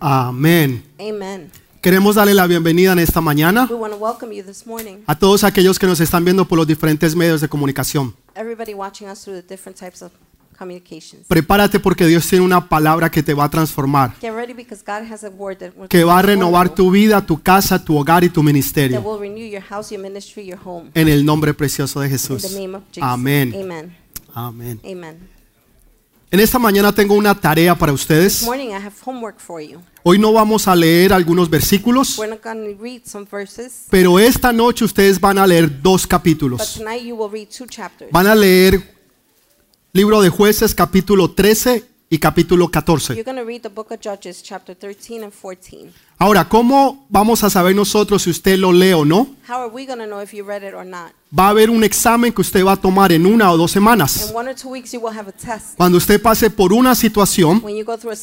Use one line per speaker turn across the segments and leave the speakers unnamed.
Amén.
Amen.
Queremos darle la bienvenida en esta mañana
We want to welcome you this morning.
a todos aquellos que nos están viendo por los diferentes medios de comunicación.
Everybody watching us through the different types of communications.
Prepárate porque Dios tiene una palabra que te va a transformar,
Get ready because God has a word that will,
que va a renovar tu vida, tu casa, tu hogar y tu
that
ministerio.
will renew your house, your ministry, your home.
En el nombre precioso de
In
Jesús.
the name of Jesus.
Amén.
Amen.
Amén.
Amen.
En esta mañana tengo una tarea para
This
ustedes.
morning I have homework for you.
Hoy no vamos a leer algunos versículos,
We're not going to read some verses,
pero esta noche ustedes van a leer dos
but
capítulos.
tonight you will read two chapters.
Van a leer Libro de Jueces capítulo 13 y capítulo
You're
14.
going to read the book of Judges, chapter 13 and 14.
Ahora, ¿cómo vamos a saber nosotros si usted lo lee o no?
How are we going to know if you read it or not?
Va a haber un examen que usted va a tomar en una o dos
In
semanas.
one or two weeks, you will have a test.
Cuando usted pase por una situación
When you go through a
y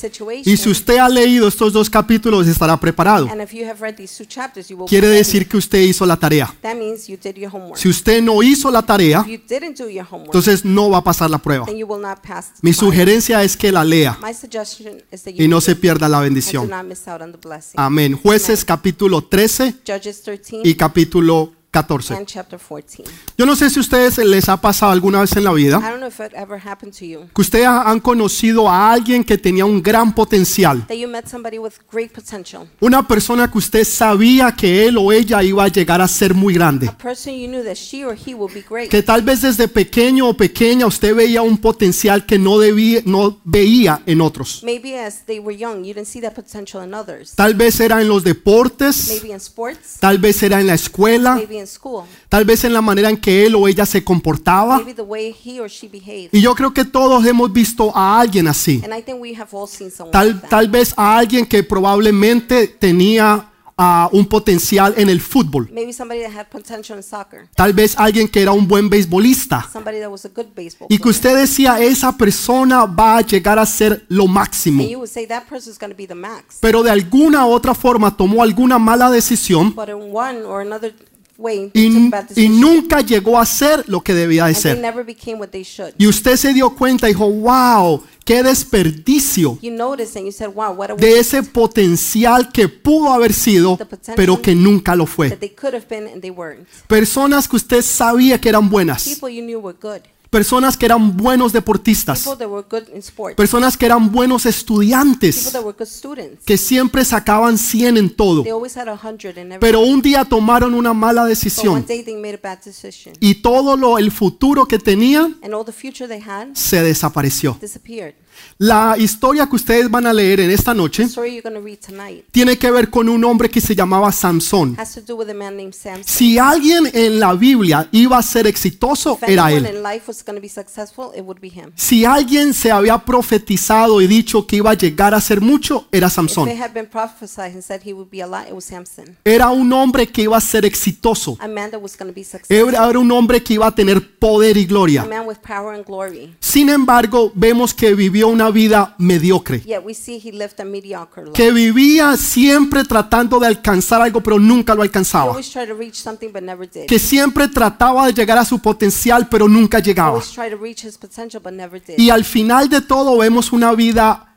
si
situation,
usted ha leído estos dos capítulos estará preparado.
and if you have read these two chapters, you will be
Quiere
ready.
decir que usted hizo la tarea.
That means you did your homework.
Si usted no hizo la tarea,
If you didn't do your homework,
entonces no va a pasar la prueba.
then you will not pass. the
Mi
trial.
sugerencia es que la lea
My suggestion is that you
y no se pierda la
and do
bendición.
not miss out on the blessing.
Amén. Jueces capítulo 13
Judges 13
y capítulo 14.
and chapter 14.
Yo no sé si a ustedes les ha pasado alguna vez en la vida
I don't know if it ever happened to you
que ustedes han conocido a alguien que tenía un gran potencial.
that you met somebody with great potential,
Una persona que usted sabía que él o ella iba a llegar a ser muy grande.
a person you knew that she or he will be great.
Que tal vez desde pequeño o pequeña usted veía un potencial que no, debía, no veía en otros.
Maybe as they were young, you didn't see that potential in others.
Tal vez era en los deportes,
Maybe in sports,
tal vez era en la escuela,
maybe in school,
tal vez en la manera en que él o ella se comportaba.
maybe the way he or she behaved.
Ah. Y yo creo que todos hemos visto a alguien así.
And I think we have all seen someone
Tal,
like that.
tal vez a alguien que probablemente tenía ah, un potencial en el fútbol.
Maybe somebody that had potential in soccer,
Tal vez alguien que era un buen beisbolista.
somebody that was a good baseball
Y que
player.
usted decía, esa persona va a llegar a ser lo máximo.
And you would say that person's going to be the max.
Pero de alguna u otra forma tomó alguna mala decisión
But in one or another way, they took
y,
bad
y
decisions.
nunca llegó a ser lo que debía de
And they
ser.
never became what they should.
Y usted se dio cuenta y dijo, wow, qué desperdicio.
You noticed and you said, wow, what a
de
waste
ese potencial que pudo haber sido, pero que nunca lo
that
fue.
they could have been and they weren't.
Personas que usted sabía que eran buenas,
People you knew were good.
personas que eran buenos deportistas,
People that were good in sports.
personas que eran buenos
People
estudiantes,
that were good students.
que siempre sacaban 100 en todo,
They always had a hundred in everything.
pero un día tomaron una mala
But one
decisión
day they made a bad decision.
y todo lo el futuro que tenían
And all the future they had
se desapareció.
disappeared.
La historia que ustedes van a leer en esta noche
The story you're going to read tonight
tiene que ver con un hombre que se llamaba Sansón.
has to do with a man named Samson.
Si alguien en la Biblia iba a ser exitoso,
If
era
anyone
él.
in life was going to be successful, it would be him.
Si alguien se había profetizado y dicho que iba a llegar a ser mucho, era
If it
Sansón.
had been prophesied and said he would be alive, it was Samson.
Era un hombre que iba a ser exitoso.
A man that was going to be successful.
Era era un hombre que iba a tener poder y
A
gloria.
man with power and glory.
Sin embargo, vemos que vivió una vida mediocre.
Yet we see he lived a mediocre life.
Que vivía siempre tratando de alcanzar algo, pero nunca lo
He
alcanzaba.
always tried to reach something but never did.
Que siempre trataba de llegar a su potencial, pero nunca llegaba.
Always tried to reach his potential but never did.
Y al final de todo vemos una vida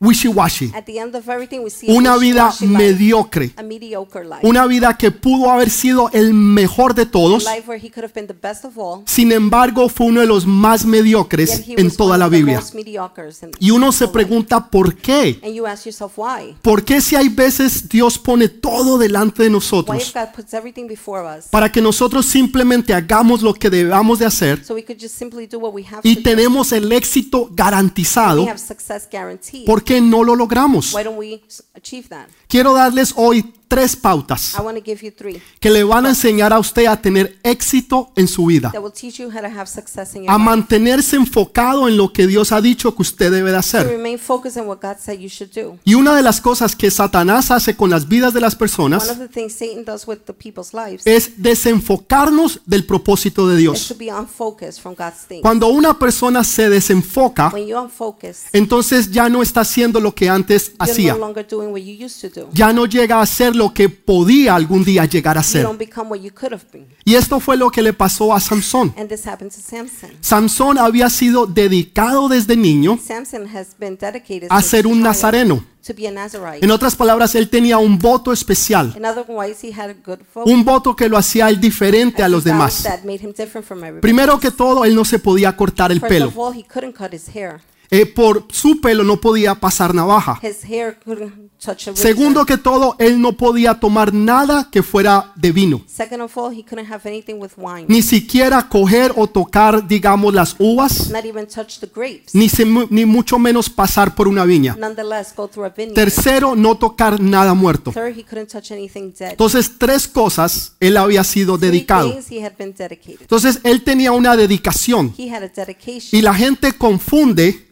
wishy-washy.
At the end of everything, we see a
Una vida
wishy-washy life,
mediocre.
a mediocre life.
Una vida que pudo haber sido el mejor de
A
todos.
life where he could have been the best of all.
Sin embargo, fue uno de los más
Yet
mediocres
he
en
was
toda
one
la
of the
Biblia.
most mediocres in-
Y uno se pregunta por qué.
And you ask yourself why?
¿Por qué si hay veces Dios pone todo delante de
Why if
nosotros
God puts everything before us
para que nosotros simplemente hagamos lo que debamos de hacer
so we could just simply do what we have to
y
do?
tenemos el éxito garantizado?
We have success guaranteed.
¿Por qué no lo logramos?
Why don't we s- achieve that?
Quiero darles hoy tres pautas
I want to give you three
que le van a enseñar a usted a tener éxito en su vida,
that will teach you how to have success in your
a
life.
mantenerse enfocado en lo que Dios ha dicho que usted debe de
To
hacer.
remain focused on what God said you should do.
Y una de las cosas que Satanás hace con las vidas de las
One of
personas
the things Satan does with the people's lives
es desenfocarnos del propósito de
is to
Dios.
be unfocused from God's things.
Cuando una persona se desenfoca,
Pues, When you're unfocused,
entonces ya no está haciendo lo que antes
You're
hacía.
no longer doing what you used to do.
Ya no llega a ser lo que podía algún día llegar a
You
ser.
don't become what you could have been.
Y esto fue lo que le pasó a Samson.
And this happened to Samson.
Samson había sido dedicado desde niño
Samson has been dedicated
a
since
ser un
child
nazareno.
to be a Nazarite.
En otras palabras, él tenía un voto especial,
In other words, he had a good vote.
un voto que lo hacía él diferente a
and
los
he found
demás.
That made him different from everybody.
Primero que todo, él no se podía cortar el
First
pelo.
of all, he couldn't cut his hair.
Eh, por su pelo no podía pasar navaja.
His hair couldn't touch a razor.
Segundo que todo, él no podía tomar nada que fuera de vino.
Second of all, he couldn't have anything with wine.
Ni siquiera coger o tocar, digamos, las uvas,
Not even touch the grapes.
ni, se mu- ni mucho menos pasar por una viña.
Nonetheless, go through a vineyard.
Tercero, no tocar nada muerto.
Third, he couldn't touch anything dead.
Entonces, tres cosas él había sido
Three
dedicado.
things he had been dedicated.
Entonces, él tenía una dedicación.
He had a dedication.
Y la gente confunde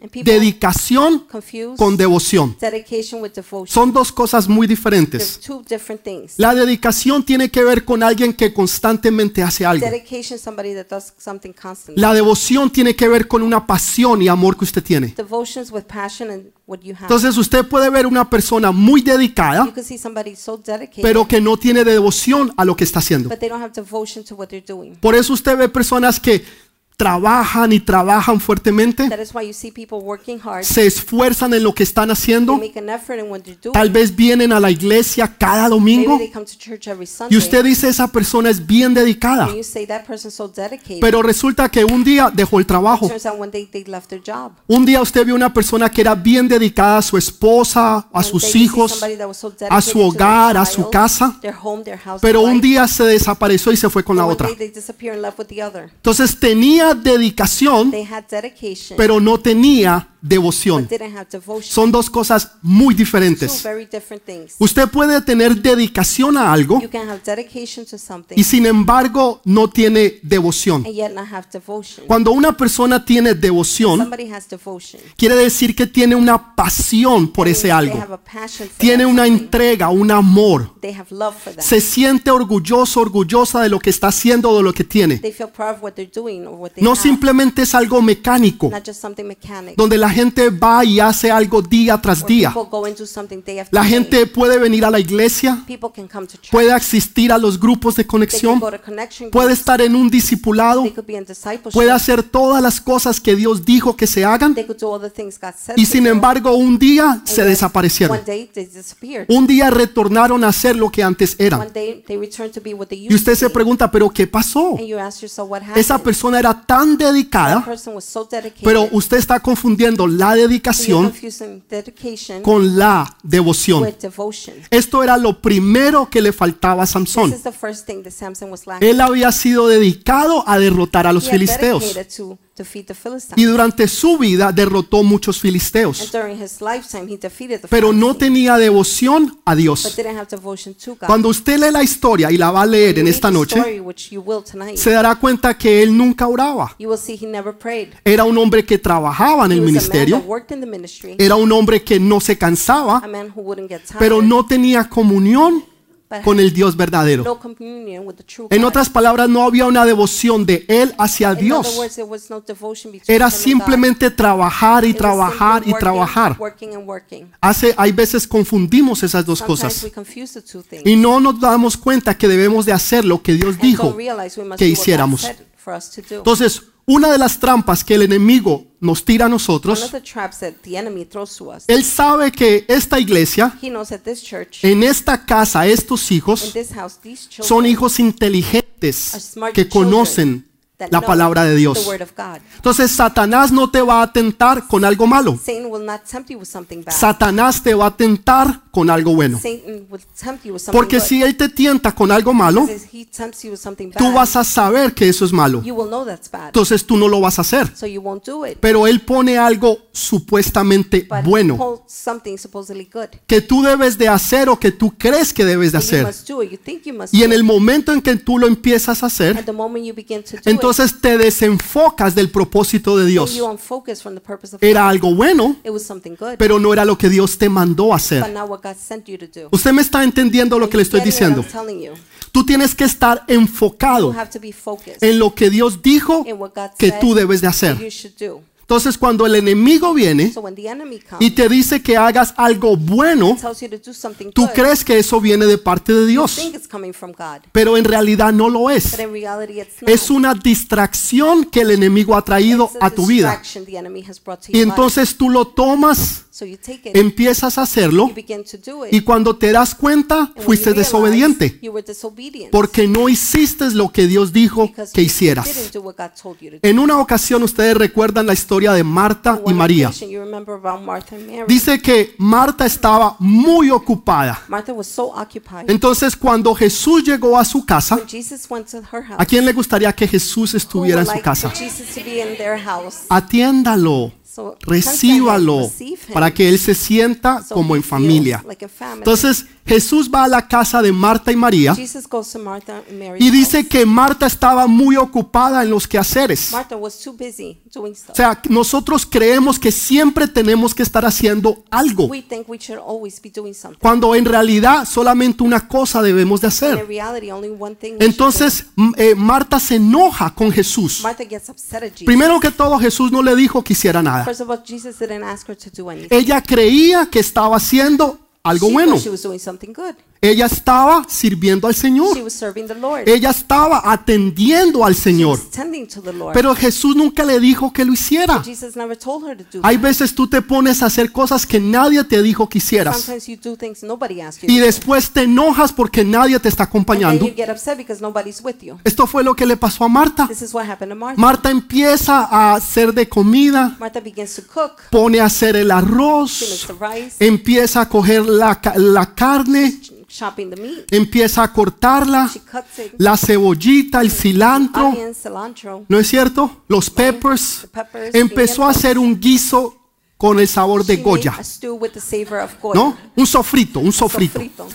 dedicación
Confused.
con devoción.
dedication with devotion.
Son dos cosas muy
There's
diferentes.
two different things.
La dedicación tiene que ver con alguien que constantemente hace algo.
Dedication, somebody that does something constantly.
La devoción tiene que ver con una pasión y amor que usted tiene.
Devotions with passion and what you have.
Entonces usted puede ver una persona muy
you
dedicada,
can see somebody so dedicated,
pero que no tiene devoción a lo que está haciendo.
but they don't have devotion to what they're doing.
Por eso usted ve personas que trabajan y trabajan fuertemente,
That is why you see people working hard.
se esfuerzan en lo que están
They
haciendo,
make an effort in what they're doing.
tal vez vienen a la iglesia cada
Maybe
domingo
they come to church every Sunday.
y usted dice esa persona es bien dedicada,
and you say that person's so dedicated.
pero resulta que un día dejó el trabajo.
turns out one day they left their job.
Un día usted vio una persona que era bien dedicada a su esposa, a
One day
sus
you see
hijos,
somebody that was so
a su
dedicated to their
hogar, a su
child,
casa,
their home, their house,
pero
their
un
life.
día se desapareció y se fue con
But
la
one
otra.
day they disappear and left with the other.
Entonces tenía dedicación,
They had dedication,
pero no tenía devoción.
but didn't have devotion.
Son dos cosas muy
Two
diferentes.
very different things.
Usted puede tener dedicación a algo
You can have dedication to something
y sin embargo no tiene devoción.
and yet not have devotion.
Cuando una persona tiene devoción,
Somebody has devotion.
quiere decir que tiene una pasión por
They
ese
have
algo.
a passion for
Tiene
that
una
something.
entrega, un amor.
They have love for that.
Se siente orgulloso, orgullosa de lo que está haciendo, de lo que tiene.
They feel proud of what they're doing or what they
No
have.
simplemente es algo mecánico,
Not just something mechanic.
donde la gente va y hace algo día tras
Where
día.
People go and do something day after
La
day.
gente puede venir a la iglesia,
People can come to church.
puede asistir a los grupos de
They can
conexión,
go to connection
puede
groups.
estar en un discipulado,
They could be in discipleship.
puede hacer todas las cosas que Dios dijo que se hagan
They could do all the things God said
y
to
sin
do.
embargo un día
And
se
yet,
desaparecieron.
One day they disappeared.
Un día retornaron a ser lo que antes
One
eran.
day they returned to be what they used
Y usted
to
se
be.
pregunta, pero ¿qué pasó?
And you ask yourself what happened.
Esa persona era tan
That
dedicada,
person was so dedicated.
pero usted está confundiendo la
and you're
dedicación
confusing dedication
con la devoción.
with devotion.
Esto era lo primero que le faltaba a
This
Samson.
is the first thing that Samson was lacking.
Él había sido dedicado a derrotar a los
He had
filisteos
dedicated to defeat the Philistines.
y durante su vida derrotó muchos
And
filisteos,
during his lifetime, he defeated the
pero no
Philistines,
tenía devoción a
but
Dios.
didn't have devotion to God.
Cuando usted lee la historia y la va a leer
You
en
read
esta
the
noche,
story, which you will tonight,
se dará cuenta que él nunca oraba.
you will see he never prayed.
Era un hombre que trabajaba en
He
el
was a man that
ministerio,
worked in the ministry,
era un hombre que no se cansaba,
a man who wouldn't get tired,
pero no tenía comunión
but
con
had
el Dios verdadero.
no communion with the true
En
God.
otras palabras, no había una devoción de él hacia
In other
Dios.
words, there was no devotion between him
Era
and God.
simplemente trabajar y
It was simply
trabajar y
working,
trabajar.
Working and working.
Hace, hay veces confundimos esas dos
Sometimes
cosas
we confuse the two things.
y no nos damos cuenta que debemos de hacer lo que Dios
and don't
dijo.
realize we must
que
do what God
hiciéramos.
said for us to do.
Entonces, una de las trampas que el enemigo nos tira a
One of
nosotros,
the traps that the enemy throws to us.
él sabe que esta iglesia,
He knows that this church,
en esta casa, estos
in
hijos
this house, these children
son hijos
are
inteligentes
smart
que
children
conocen
that
la
know
palabra de
The
Dios.
word of God.
Entonces, Satanás no te va a tentar con algo malo.
Satan will not tempt you with something bad.
Satanás te va a tentar con algo bueno.
Satan will tempt you with something
Porque
good.
si él te tienta con algo malo,
Because he tempts you with something bad,
tú vas a saber que eso es malo.
you will know that's bad.
Entonces tú no lo vas a hacer.
so you won't do it.
Pero él pone algo supuestamente
But
bueno
hold something supposedly good.
que tú debes de hacer o que tú crees que debes de
But You
hacer.
must do it. You think you must
Y en
do
el
it.
momento en que tú lo empiezas a
At
hacer,
the moment you begin to do it,
entonces te desenfocas del propósito de
then
Dios.
you won't focus from the purpose of
Era algo bueno,
It was something good,
pero no era lo que Dios te mandó a
but
hacer.
not what God sent you to do.
Usted me está entendiendo lo que le estoy
Getting what
diciendo.
I'm telling you,
Tú tienes que estar
you
enfocado
have to be focused
en lo que Dios dijo
in what God
que
said
tú debes de hacer.
you should do.
Entonces cuando el enemigo viene
So when the enemy
y
comes,
te dice que hagas algo bueno,
tells you to do something
tú
good,
crees que eso viene de parte de
you
Dios,
think it's coming from God.
pero en realidad no lo
But
es.
in reality, it's not.
Es una distracción que el enemigo ha traído
It's a
a tu vida.
distraction the enemy has brought to
Y
your life.
entonces tú lo tomas,
So you take it,
empiezas a hacerlo
you begin to do it,
y cuando te das cuenta
and when
fuiste
you realize
desobediente
You were disobedient
porque no hiciste lo que Dios dijo
because
que
you
hicieras.
didn't do what God told you to do.
En una ocasión ustedes recuerdan la historia de Marta y
One
María.
occasion, You remember about Martha and Mary.
Dice que Marta estaba muy ocupada.
Martha was so occupied.
Entonces cuando Jesús llegó a su casa,
When Jesus went to her house,
¿a quién le gustaría que Jesús
who
estuviera en
would
su
like
casa?
for Jesus to be in their house?
Atiéndalo,
So,
recíbalo,
receive him
para que Él se sienta
so
como
he
en
feels
familia.
like a family.
Entonces Jesús va a la casa de Marta y María
Jesus goes to Martha and Mary's
y
house.
dice que Marta estaba muy ocupada en los quehaceres.
Martha was too busy doing
O
stuff.
sea, nosotros creemos que siempre tenemos que estar haciendo algo,
We think we should always be doing something.
cuando en realidad solamente una cosa debemos de
When in
hacer.
reality, only one thing. we should
Entonces m- eh, Marta se enoja con Jesús.
do. Martha gets upset at Jesus.
Primero que todo, Jesús no le dijo que hiciera nada.
First of all, Jesus didn't ask her to do anything.
Ella creía que estaba haciendo algo
she
bueno.
thought she was doing something good.
Ella estaba sirviendo al
She
Señor.
was serving the Lord.
Ella estaba atendiendo al Señor.
tending to the Lord.
Pero Jesús nunca le dijo que lo hiciera.
Jesus never told her to do
Hay veces tú te pones a hacer cosas que nadie te dijo que
that.
hicieras.
Sometimes you do things nobody asked you.
Y después te enojas porque nadie te está
and then
acompañando.
you get upset because nobody's with you.
Esto fue lo que le pasó a Marta.
This is what happened to Martha.
Marta empieza a hacer de comida,
Martha begins to cook.
pone a hacer el
She makes
arroz,
the rice,
empieza a coger la, ca- la carne,
chopping the meat.
empieza a cortarla,
She cuts it.
la cebollita, el cilantro,
Onion, cilantro,
¿no es cierto? Los peppers.
peppers.
Empezó a hacer un guiso con el sabor de
pimientos. She made
Goya,
A stew with the savor of Goya.
¿no? Un sofrito, un sofrito.
Sofrito.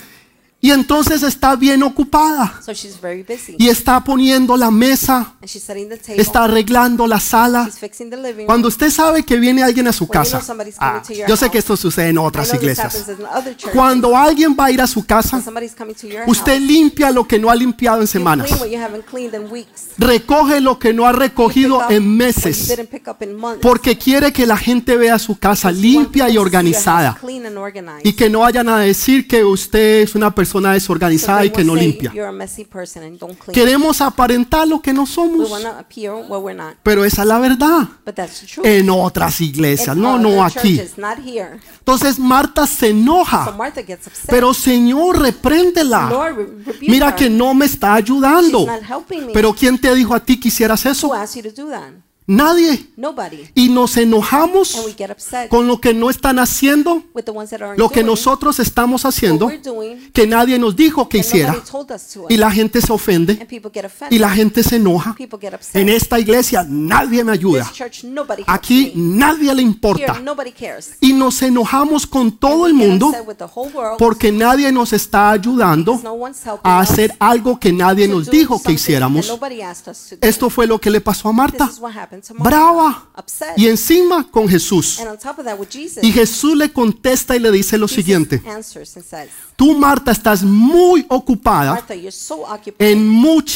Y entonces está bien ocupada
So she's very busy.
y está poniendo la mesa,
And she's setting the table.
está arreglando la sala.
She's fixing the living room.
Cuando usted sabe que viene alguien a su
When you
casa,
know somebody's
ah,
coming to your
yo sé que
house.
esto sucede en
I
otras
know this
iglesias.
happens in other churches.
Cuando alguien va a ir a su
When
casa,
somebody's coming to your
usted
house,
limpia lo que no ha limpiado en
you
semanas,
clean what you haven't cleaned in weeks.
recoge lo que no ha
You pick
recogido
up
en
what you
meses,
didn't pick up in months.
porque quiere que la gente vea su casa
You want
limpia
people
y
to see your house
organizada
clean and organized.
y que no vayan a decir que usted es una persona
So they
desorganizada y que
won't
no
say
limpia.
You're a messy person and don't clean.
Queremos aparentar lo que no
We
somos,
want to appear what we're not.
pero esa es la verdad.
But that's the truth.
En otras iglesias,
In
no, no
other
aquí.
churches, Not here.
Entonces Marta se
So
enoja.
Martha gets upset.
Pero Señor, repréndela.
Lord, re- rebuke
Mira
her.
que no me está ayudando.
She's not helping me.
Pero ¿quién te dijo a ti que hicieras
Who
eso?
asked you to do that?
Nadie.
Nobody.
Y nos
And we
enojamos
get upset
con lo que no están haciendo,
with the ones that aren't
lo que
doing
nosotros estamos
what
haciendo,
we're doing
que nadie nos dijo que
and
hiciera.
nobody told us to.
Y la gente se ofende
and people get
y
offended.
la gente se enoja.
people get upset.
En esta iglesia nadie me
This
ayuda.
church, nobody helps
Aquí
me.
nadie le
Here,
importa.
nobody cares.
Y nos enojamos con todo el
We get
mundo
upset with the whole world
porque nadie nos está ayudando
because no one's helping
a
us
hacer algo que nadie
to
nos
do
dijo que
something that
hiciéramos.
nobody asked us to do.
Esto fue lo que le pasó a
This
Marta.
is what happened to Martha.
Brava.
Upset.
Y encima con Jesús.
and on top of that, with Jesus,
Y Jesús le contesta y le dice lo
Jesus
siguiente.
answers and says,
Tú, Marta, estás muy ocupada
Martha, you're so occupied
en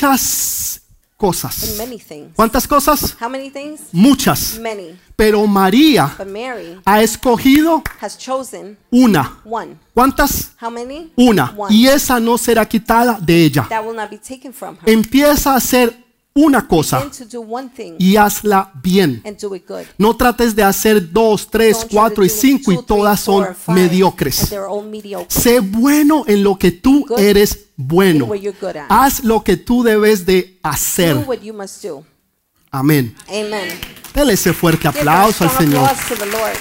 muchas
in
cosas.
many things.
¿Cuántas cosas?
How many things?
Muchas.
Many.
Pero María
But Mary
ha escogido
has chosen
una.
one.
¿Cuántas?
How many?
Una.
One.
Y esa no será quitada de ella.
That will not be taken from her.
Empieza a hacer una cosa
And to do one thing
y hazla bien.
and do it good.
No trates de hacer dos, tres,
Don't try to
cuatro y
do
cinco
two,
y
three,
todas
four,
son
five, and
mediocres.
they're all mediocre.
Sé bueno en lo que tú
Good.
eres bueno.
Do what you're good at.
Haz lo que tú debes de
Do
hacer.
what you must do.
Amén.
Amen.
Dele ese fuerte
Give a
aplauso al
strong
Señor.
applause to the Lord.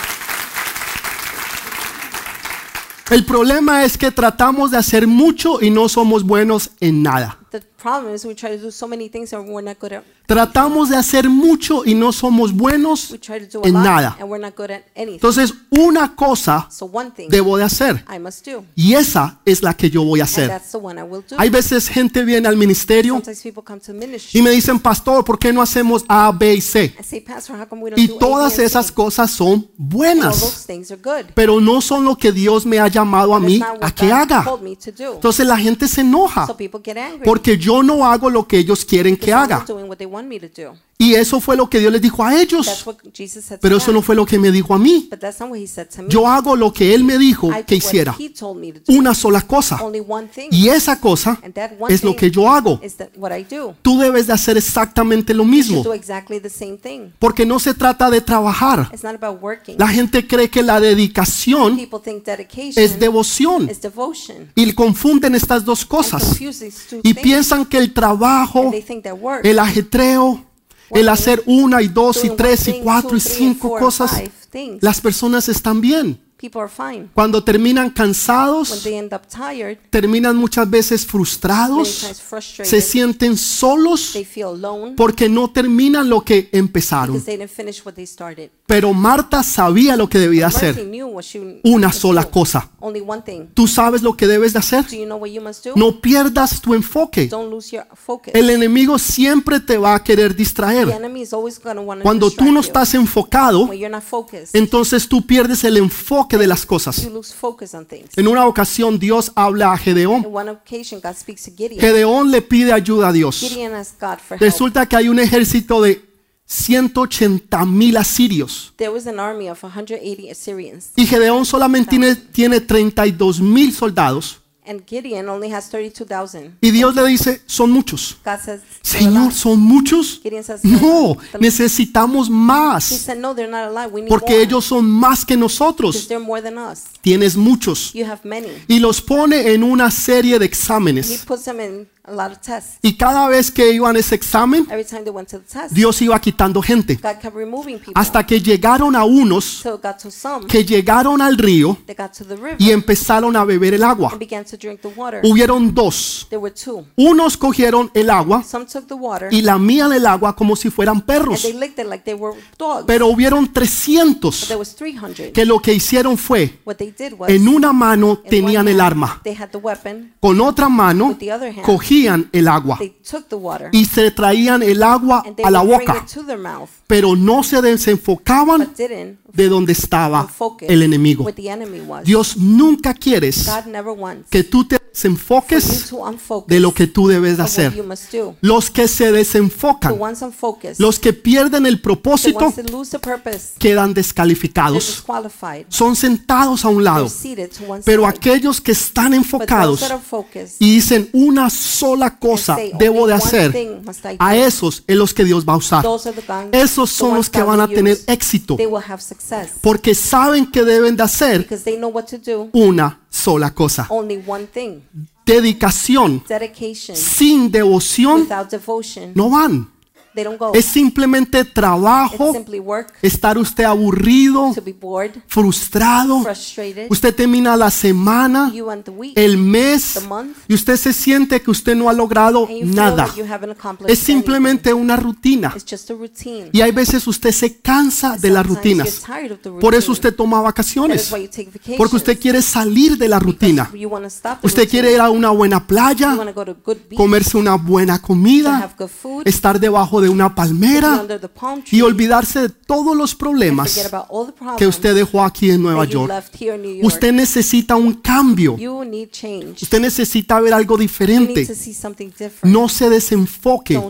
El problema es que tratamos de hacer mucho y no somos buenos en nada.
The problem is we try to do so many things and we're not good at.
Tratamos de hacer mucho y no somos buenos
We try to do a
en
lot
nada.
and we're not good at anything.
Entonces, una cosa
So one thing
debo de hacer
I must do,
y esa es la que yo voy a
and
hacer.
that's the one I will do.
Hay veces gente viene al ministerio
Sometimes people come to
y
ministry
me dicen, pastor, ¿por qué no hacemos A, B y C?
and say, Pastor, how come we don't
Y
do A, B,
todas
and C?
esas cosas son
All
buenas,
those things are good.
pero no son lo que Dios me ha llamado a
That's
mí
not
a
what
que
God
haga.
told me to do.
Entonces la gente se
So
enoja
people get angry.
porque yo no hago lo que ellos quieren
because
que
I'm not
haga.
doing what they want me to do.
Y eso fue lo que Dios les dijo a
That's
ellos.
what Jesus said
Pero
to
eso
them.
no fue lo que me dijo a mí.
But that's not what he said to me.
Yo hago lo que Él me dijo
I
que
do
hiciera.
what he told me to do.
Una sola cosa.
Only one thing.
Y esa cosa
Oh, And that one
es lo
thing
que yo hago.
is that what I do.
Tú debes de hacer exactamente lo
You
mismo.
do exactly the same thing.
Porque no se trata de trabajar.
It's not about working.
La gente cree que la dedicación
People think dedication
es devoción.
is devotion.
Y confunden estas dos
And
cosas.
confuse these two
Y
things.
piensan que el trabajo,
And they think that work.
el ajetreo, el hacer una y dos y
doing
tres
one
y
thing,
cuatro
two,
y
three, and
cinco
four,
cosas,
five things.
las personas están bien.
People are fine.
Cuando terminan
When
cansados,
they end up tired,
terminan muchas veces
many
frustrados,
times frustrated,
se sienten solos
they feel alone
porque no terminan lo que empezaron.
because they didn't finish what they started.
Pero Marta sabía lo que debía
Marcy
hacer.
knew what she
Una
must
sola
do.
cosa.
Only one thing.
Tú sabes lo que debes de hacer.
Do you know what you must do?
No pierdas tu enfoque.
Don't lose your focus.
El enemigo siempre te va a querer
the
distraer.
enemy is always going to want to
Cuando tú no estás enfocado,
when you're not focused,
entonces tú pierdes el enfoque de las cosas.
you lose focus on things.
En una ocasión Dios habla a Gedeón.
In one occasion, God speaks to Gideon.
Gedeón le pide ayuda a Dios.
Gideon asked God for help.
Resulta que hay un ejército de 180 mil asirios.
There was an army of 180 Assyrians,
Y Gedeón solamente tiene, tiene 32 mil soldados.
and Gideon only has 32,000.
Y Dios le dice, son muchos.
God says, "They're
Señor,
alive."
¿son muchos?
Gideon says,
No,
"The Lord."
necesitamos
He
más.
said, no, they're not alive. We need
Porque
more,
ellos son más que
because
nosotros.
they're more than us.
Tienes muchos.
You have many.
Y los pone en una serie de
He
exámenes.
puts them in a lot of tests.
Y cada vez que iban a ese examen,
Every time they went to the test,
Dios iba quitando gente.
God kept removing people.
Hasta que llegaron a unos
so it got to some,
que llegaron al río
they got to the river
y empezaron a beber el agua.
and began to drink the water.
Hubieron dos.
There were two.
Unos cogieron el agua
Some took the water
y lamían el agua como si fueran
and they
perros.
licked it like they were dogs.
Pero hubieron
but
300
there was 300.
que lo que hicieron fue,
What they did was,
en una mano
in one
tenían el
hand,
arma,
They had the weapon.
con otra mano
With the other hand,
cogían el agua
They took the water
y se traían el agua
and they
a la
would bring
boca,
it to their mouth,
pero no se desenfocaban
but didn't
de donde estaba
focus
el enemigo.
what the enemy was.
Dios nunca quieres
God never wants
que tú te
for you
desenfoques
to unfocus
de lo que tú debes de
of what you
hacer.
must do.
Los que se
The
desenfocan,
ones unfocused,
los que pierden el
the
propósito,
ones that lose the purpose,
quedan
they're
descalificados.
disqualified.
Son sentados a un
They're
lado,
seated to one
pero
side.
aquellos que están
But those
enfocados
that are focused
y dicen una sola
and
cosa
say, "Only
debo de
one
hacer,
thing must I do."
a esos es los que Dios va a usar.
Those are the guns-
Esos
the
son
ones
los que
God
van a
will
tener
use.
éxito,
They will have success
porque saben que deben de hacer
because they know what to do.
una sola cosa.
Only one thing:
Dedicación
dedication.
sin devoción
Without devotion,
no van.
they don't go.
Es simplemente
It's
trabajo,
simply work
estar usted aburrido,
to be bored,
frustrado.
frustrated.
Usted termina la semana,
You and the week,
el mes,
the month,
y usted se siente que usted no ha logrado
and you feel
nada.
that you haven't accomplished
Es
anything.
simplemente una rutina.
It's just a routine.
Y hay veces usted se cansa de las
Sometimes
rutinas.
you're tired of the
Por eso
routine.
usted toma
That is
vacaciones.
why you take vacations.
Porque usted quiere salir de la rutina.
You wanna stop the
Usted
routine.
quiere ir a una buena
You
playa,
wanna go to good beach,
comerse una buena
to
comida,
have good food,
estar debajo de una
be
palmera
under the palm tree,
y olvidarse de todos los
forget
problemas
about all the problems
que usted dejó aquí en Nueva
that you
York.
left here in New York.
Usted necesita un cambio.
you need change.
Usted necesita ver algo
you need to
diferente.
see something different.
No se desenfoque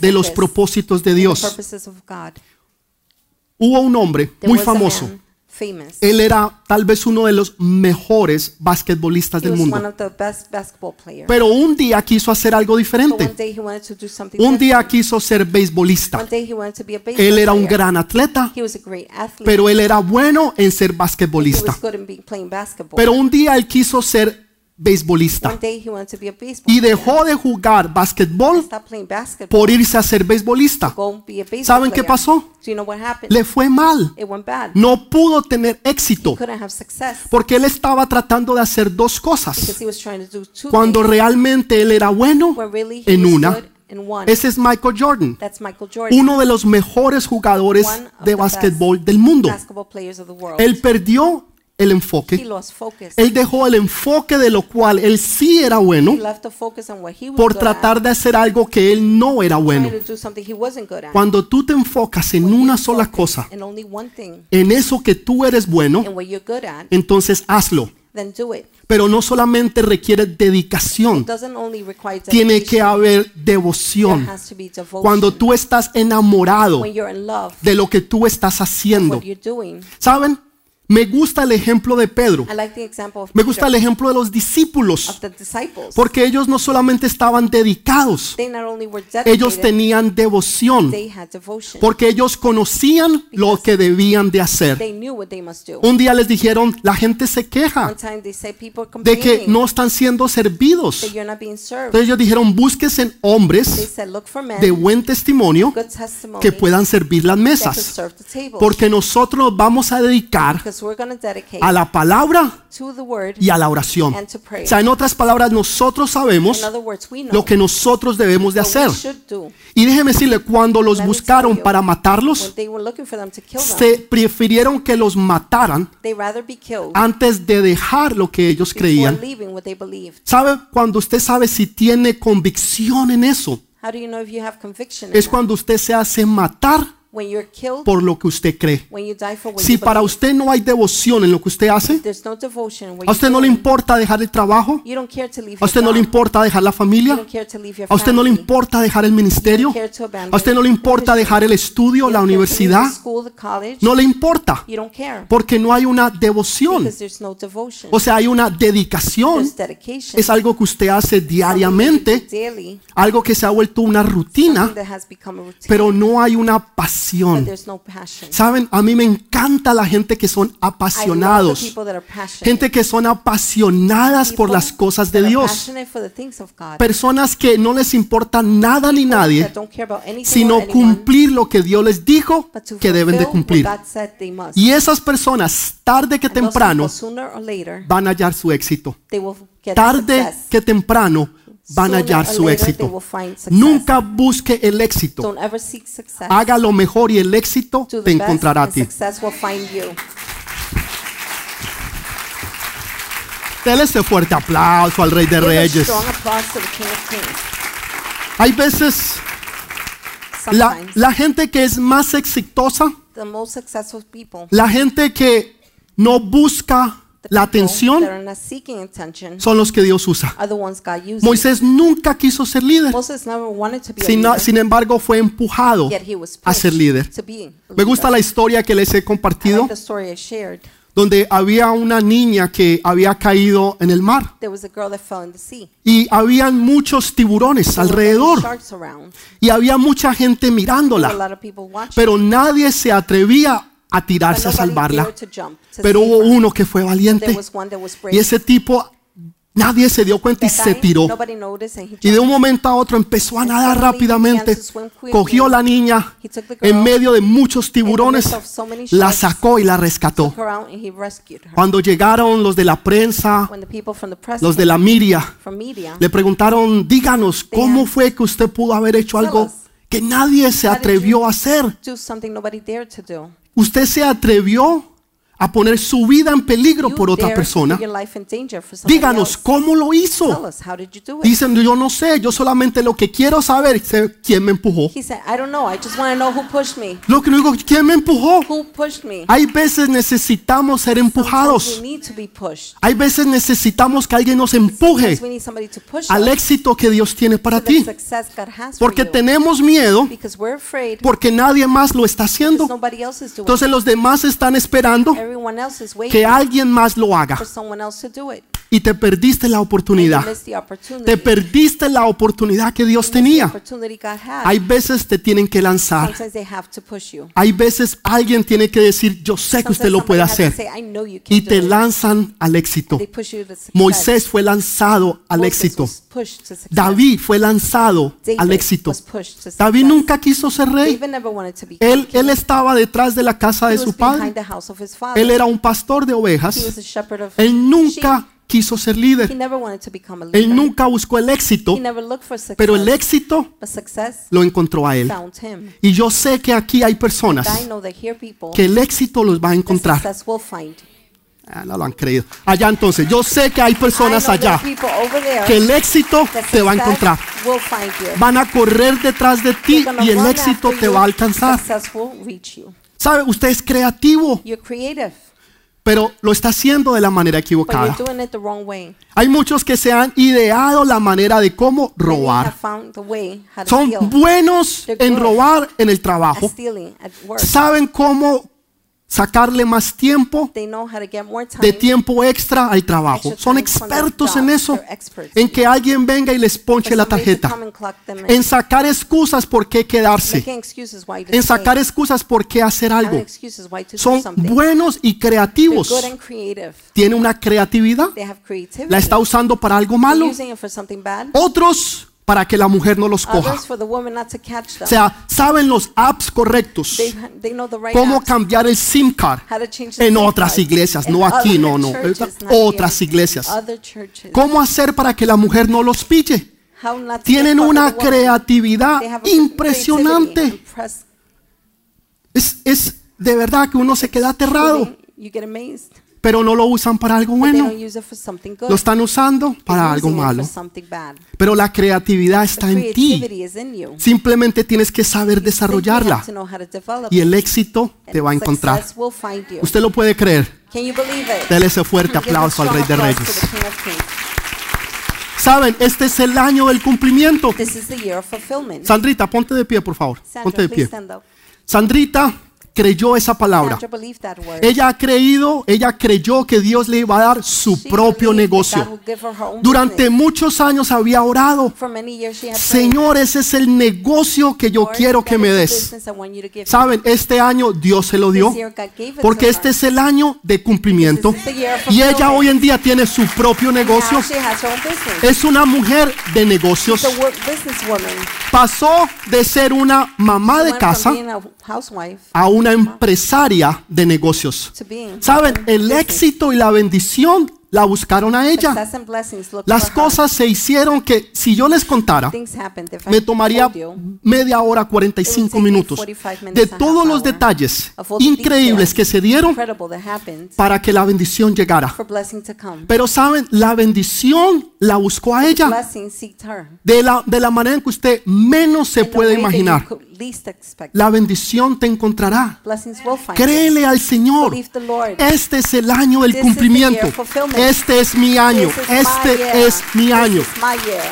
de los propósitos de
The
Dios.
purposes of God.
Hubo un hombre
There
muy
was a
famoso.
man famous.
Él era tal vez uno de los mejores basquetbolistas
He
del
was one
mundo.
of the best basketball players.
Pero un día quiso hacer algo
But one
diferente.
day he wanted to do something
Un día
different.
quiso ser
One
beisbolista.
day he wanted to be a baseball
Él era un
player.
gran atleta,
He was a great athlete.
pero él era bueno en ser
he was
basquetbolista.
good in being, playing basketball.
Pero un día él quiso ser
One
beisbolista
day he wanted to be a baseball
y
player.
dejó de jugar basquetbol
Stop playing basketball.
por irse a ser beisbolista.
Go be a baseball
¿Saben qué
player.
pasó?
Do you know what happened?
Le fue mal.
It went bad.
No pudo tener éxito
Couldn't have success
porque él estaba tratando de hacer dos
because
cosas
he was trying to do two
cuando
things
realmente él era bueno
when really he
en
was
una.
good in one.
Ese es Michael Jordan,
That's Michael Jordan,
uno de los mejores jugadores de basquetbol del mundo.
basketball players of the world.
Él perdió el
he
enfoque.
lost focus.
Él dejó el enfoque de lo cual él sí era bueno
he left the focus on what he was
por
good at,
tratar de hacer algo que él no era bueno.
trying to do something he wasn't good at.
Cuando tú te enfocas en
When you
una
focus
sola cosa,
And only one thing
en eso que tú eres bueno,
and what you're good at,
entonces hazlo.
then do it.
Pero no solamente requiere dedicación,
It doesn't only require
tiene que
dedication.
haber
There
devoción.
has to be devotion.
Cuando tú estás enamorado
when you're in love,
de lo que tú estás haciendo.
what you're doing.
¿Saben? Me gusta el ejemplo de Pedro.
I like the example of,
Me gusta el
Peter,
ejemplo de los discípulos.
of the disciples.
Porque ellos no solamente estaban dedicados,
they not only were
ellos
dedicated,
tenían devoción.
they had devotion.
Porque ellos conocían lo que debían de hacer.
They knew what they must do.
Un día les dijeron, la gente se queja
One time they said people
de que
complaining
no están siendo servidos.
that you're not being served.
Entonces ellos dijeron, búsquense
They
hombres
said look for
de
men,
buen testimonio
good testimony,
que puedan servir las
that could
mesas.
serve the table.
Porque nosotros nos vamos a dedicar
because we're going to dedicate
a la palabra
to the word.
y a la oración.
And to
O
pray.
sea, en otras palabras, nosotros sabemos
In other words, we know
lo que nosotros debemos de
what
hacer.
we should do.
Y déjeme decirle, cuando los
Let me
buscaron
tell you,
para
When
matarlos,
they were looking for them to kill them,
se prefirieron que los mataran
they rather be killed
antes de dejar lo que ellos
before
creían.
leaving what they believed.
¿Sabe? Cuando usted sabe si tiene convicción en eso,
How do you know if you have conviction? in
es
that?
cuando usted se hace matar
when you're killed,
por lo que usted cree.
when you die for what
Si
you
para
believe,
usted no hay devoción en lo que usted hace,
there's no devotion. When
a usted no le importa dejar el trabajo,
you don't care to leave
a
your
usted no le
job.
importa dejar la
You
familia,
don't care to leave your
a usted no le
family.
importa dejar el
You
ministerio,
don't care to abandon
a usted no le importa
ministry.
dejar el estudio,
You
la
don't care to leave
universidad,
the school, the college.
no le importa,
You don't care
porque no hay una devoción,
because there's no devotion.
o sea, hay una dedicación,
There's dedication.
es algo que usted hace
Something you do
diariamente,
daily,
algo que se ha vuelto una rutina,
something that has become a routine,
pero no hay una
but
pasión.
there's no passion.
Saben, a mí me encanta la gente que son
I love the
apasionados,
people that are passionate.
gente que son apasionadas por
People
las cosas de
that are
Dios,
passionate for the things of God,
personas que no les importa nada ni nadie,
that don't care about anything or
sino
anyone,
cumplir lo que Dios les dijo
but to
que deben de cumplir.
fulfill what God said they must.
Y esas personas, tarde que
And those
temprano,
people, sooner or later,
van a hallar su éxito.
they will get
Tarde
success.
que temprano, van a
Sooner
hallar
or
su
later, they
éxito.
will find success.
Nunca busque el éxito.
Don't ever seek success.
Haga lo mejor y el éxito
Do the
te
best
encontrará a
and
ti.
Success will find you.
Dele ese fuerte aplauso al Rey de
Give a
Reyes.
strong applause to the King of Kings.
Hay veces la,
Sometimes
la gente que es más exitosa,
the most successful people,
la gente que no busca
the
la
people
atención,
that are not seeking attention,
son los que Dios usa.
are the ones God uses.
Moisés nunca quiso ser líder.
Moses never wanted to be
Sin,
a leader,
sin embargo, fue empujado
yet he was
a ser
pushed
líder.
To be a
Me gusta
leader.
la historia que les he
I
compartido,
like the story I shared.
donde había una niña que había caído en el mar
There was a girl that fell in the sea.
y habían muchos tiburones
There were many
alrededor
Sharks around.
y había mucha gente
A
mirándola,
lot of people watching.
pero nadie se atrevía a
but
tirarse a
nobody
salvarla.
dared to jump, to
Pero
save
hubo
her.
uno que fue
There
valiente
was one that was brave.
y ese tipo nadie se dio cuenta y
That
se
guy,
tiró.
Nobody noticed and he
Y de
jumped.
un momento a otro empezó a nadar rápidamente. Cogió la niña en medio de muchos tiburones, la sacó y la rescató.
Took her out and he rescued her.
Cuando llegaron los de la prensa,
When the people from the press,
los de la miria,
from media,
le preguntaron, díganos, ¿cómo fue que usted pudo haber hecho algo que nadie se atrevió a hacer?
do something nobody dared to do.
Usted se atrevió a poner su vida en peligro
You
por otra
dared to put
persona.
your life in danger for somebody
Díganos,
else.
¿cómo lo
Tell
hizo?
us, how did you do it?
Dicen, yo no sé, yo solamente lo que quiero saber es quién me empujó.
He said, I don't know. I just want to know who pushed me.
Lo que digo, ¿quién me empujó?
Who pushed me?
Hay veces necesitamos ser
Sometimes
empujados.
We need to be pushed.
Hay veces necesitamos que alguien nos
Sometimes
empuje
we need somebody to push
al
us
éxito que Dios tiene para
to the
ti.
success God has for
Porque
you.
tenemos miedo,
Because we're afraid
porque nadie más lo está
because
haciendo.
nobody else is doing it.
Entonces los demás están esperando
Everyone else is
que
waiting
alguien más lo haga.
for someone else to do it.
Y te perdiste la
And you
oportunidad.
miss the opportunity.
Te perdiste la oportunidad que Dios
The
tenía.
opportunity God had.
Hay veces te tienen que lanzar.
Sometimes they have to push you.
Hay veces alguien tiene que decir, yo sé que usted
Sometimes
lo puede
somebody has to
hacer.
say, I know you can
Y te
do it.
lanzan al éxito.
They push you to success.
Moisés fue lanzado al
Moses
éxito.
was pushed to success.
David fue lanzado
David
al éxito.
was pushed to
David
success.
nunca quiso ser rey.
David never wanted to be
Él,
king.
él estaba detrás de la casa
He
de
was
su
behind
padre.
the house of his father.
Él era un pastor de
He was
ovejas.
a shepherd of
Él
sheep.
nunca quiso ser
He
líder.
never wanted to become a leader.
Él nunca buscó el éxito,
he never looked for success.
pero el éxito
but success
lo encontró a él.
found him.
Y yo sé que aquí hay
I
personas
know that here people
que el éxito los va a
that
encontrar.
success will find.
Ah, no lo han creído. Allá entonces, yo sé que hay personas
I know there
allá
are people over there
que el éxito
that
te va a
success
encontrar.
will find you.
Van a correr detrás de ti
They're gonna
y el
run
éxito
after
te
you.
va a alcanzar.
Success will reach you.
¿Sabe? Usted es creativo.
You're creative.
pero lo está haciendo de la manera
but
equivocada.
you're doing it the wrong way.
Hay muchos que se han ideado la manera de cómo
Many
robar.
have found the way how to
Son
steal,
buenos en robar en el
at
trabajo.
stealing, at work.
Saben cómo sacarle más tiempo
They know how to get more time.
de tiempo extra al trabajo.
extra
Son
time from their
expertos
job.
en eso.
They're experts.
En que alguien venga y les
For
ponche la
somebody to
tarjeta.
come and clock them in.
En sacar excusas por qué quedarse.
Making excuses why you
En
didn't stay.
sacar excusas por qué hacer
Having
algo.
excuses why to do
Son
something.
buenos y
They're
creativos.
good and creative.
Tiene una creatividad.
They have creativity.
La está usando para algo
They're
malo.
using it for something bad.
Otros para que la mujer no los coja.
Others for the woman not to catch them.
O sea, saben los apps correctos.
they, they know the right
Cómo
apps,
cambiar el SIM card
how to change the
en
SIM
otras
card.
iglesias,
In
no aquí,
other
no, no.
churches,
Esta-
not here.
Otras iglesias.
Other churches.
¿Cómo hacer para que la mujer no los pille?
How not to
Tienen
get caught
una
with the woman.
creatividad
They have a creativity.
impresionante.
Impress-
Es, es de verdad que uno se queda aterrado,
You get amazed.
pero no lo usan para algo
They
bueno.
don't use it for something good.
Lo están usando para
They're
algo
using it for
malo.
something bad.
Pero la creatividad
The
está en ti.
creativity is in you.
Simplemente tienes que saber
You have
desarrollarla
to know how to develop
y
it.
el éxito te va a
And
encontrar.
success will find you.
Usted lo puede creer.
Can you believe it?
Dele ese fuerte
Give a
aplauso al Rey
strong
de
applause
Reyes.
to the King of Kings.
Saben, este es el año del cumplimiento.
This is the year of fulfillment.
Sandrita, ponte de pie, por favor.
Sandra,
Ponte de pie.
please stand up.
Sandrita creyó esa palabra.
Sandra believed that word.
Ella ha creído, ella creyó que Dios le iba a dar su
She
propio
believed that God
negocio.
would give her her own
Durante
business.
muchos años había orado.
For many years she had prayed,
Señor, ese es el negocio que yo
"Lord,
quiero que
that
me
is the
des.
business I want you to give me."
Saben, este año Dios se lo dio.
This year God gave it
Porque
to
este
her.
es el año de cumplimiento.
This is the year of
Y ella
fulfillment.
hoy en día tiene su propio negocio.
Now she has her own business.
Es una mujer de negocios.
She's a wor- businesswoman.
Pasó de ser una mamá de
Went from
casa
being a housewife
a una empresaria de negocios.
to being
Saben, el
business.
éxito y la bendición la buscaron a ella.
Success and blessings look
Las
for her.
cosas se hicieron que si yo les contara,
Things happened. If I
me tomaría
told you
media hora, 45 minutos de todos los detalles increíbles que se dieron
incredible that happened
para que la bendición llegara.
for blessing to come.
Pero saben, la bendición la buscó a ella
Blessing seeked her.
de la, de la manera en que usted menos se
in the
puede
way that you
imaginar.
could least expect.
La bendición te encontrará.
Blessings will find you.
Créele al Señor.
Believe the Lord.
Este es el año del
This is the year
cumplimiento.
of fulfillment.
Este es mi año.
This is my year.
Este es mi
This
año.
is my year.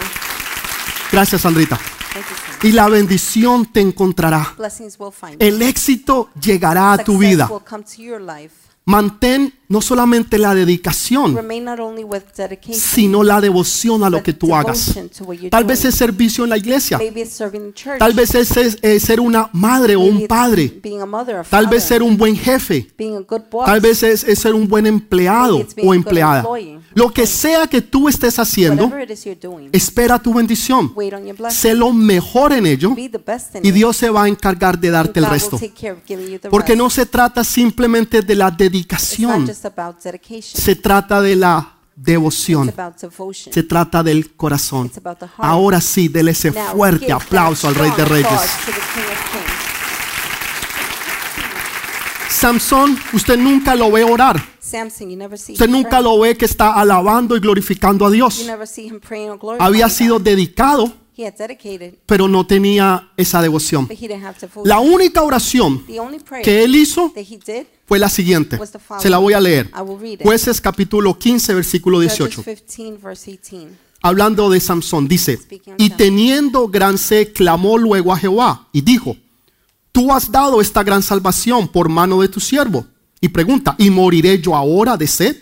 Gracias, Sandrita.
Thank you, Sam.
Y la bendición te encontrará.
Blessings will find you.
El éxito llegará a tu
Success
vida.
will come to your life.
Mantén no solamente la dedicación,
Remain not only with dedication,
sino la devoción a lo
but
que tú hagas.
devotion to what you're
Tal vez
doing.
es servicio en la iglesia.
Maybe it's serving in church.
Tal vez es, es- es ser una madre o
Maybe
un
it's
padre.
Being a mother, a
Tal vez
father.
ser un buen jefe.
being a good boss.
Tal vez es, es ser un buen empleado o empleada. Lo que sea que tú estés haciendo,
Whatever it is you're doing,
espera tu bendición.
wait on your blessing.
Sé lo mejor en ello
Be the best in
y
it.
Dios se va a encargar de
And
darte el
God will
resto.
take care of giving you the
Porque
rest.
no se trata simplemente de la
It's not
dedicación,
just about dedication.
se trata de la
It's
devoción,
about devotion.
se trata del corazón.
It's about the heart.
Ahora sí, dele ese
Now,
fuerte
give
aplauso al
that
Rey de
strong
Reyes.
applause to the King of Kings.
Samson, usted nunca lo ve orar,
Samson, you never see
usted
him
nunca
pray.
lo ve que está alabando y glorificando a
You
Dios.
never see him praying or glorifying
Había
God.
sido dedicado,
He had dedicated,
pero no tenía esa devoción.
but he didn't have devotion.
La única oración
the only prayer
que él hizo
that he did,
fue la siguiente. Se la voy a leer.
I will read it.
Jueces capítulo 15, versículo
Judges
18.
15, verse 18.
Hablando de Samson, dice, y teniendo gran sed, clamó luego a Jehová y dijo, tú has dado esta gran salvación por mano de tu siervo. Y pregunta, ¿y moriré yo ahora de sed?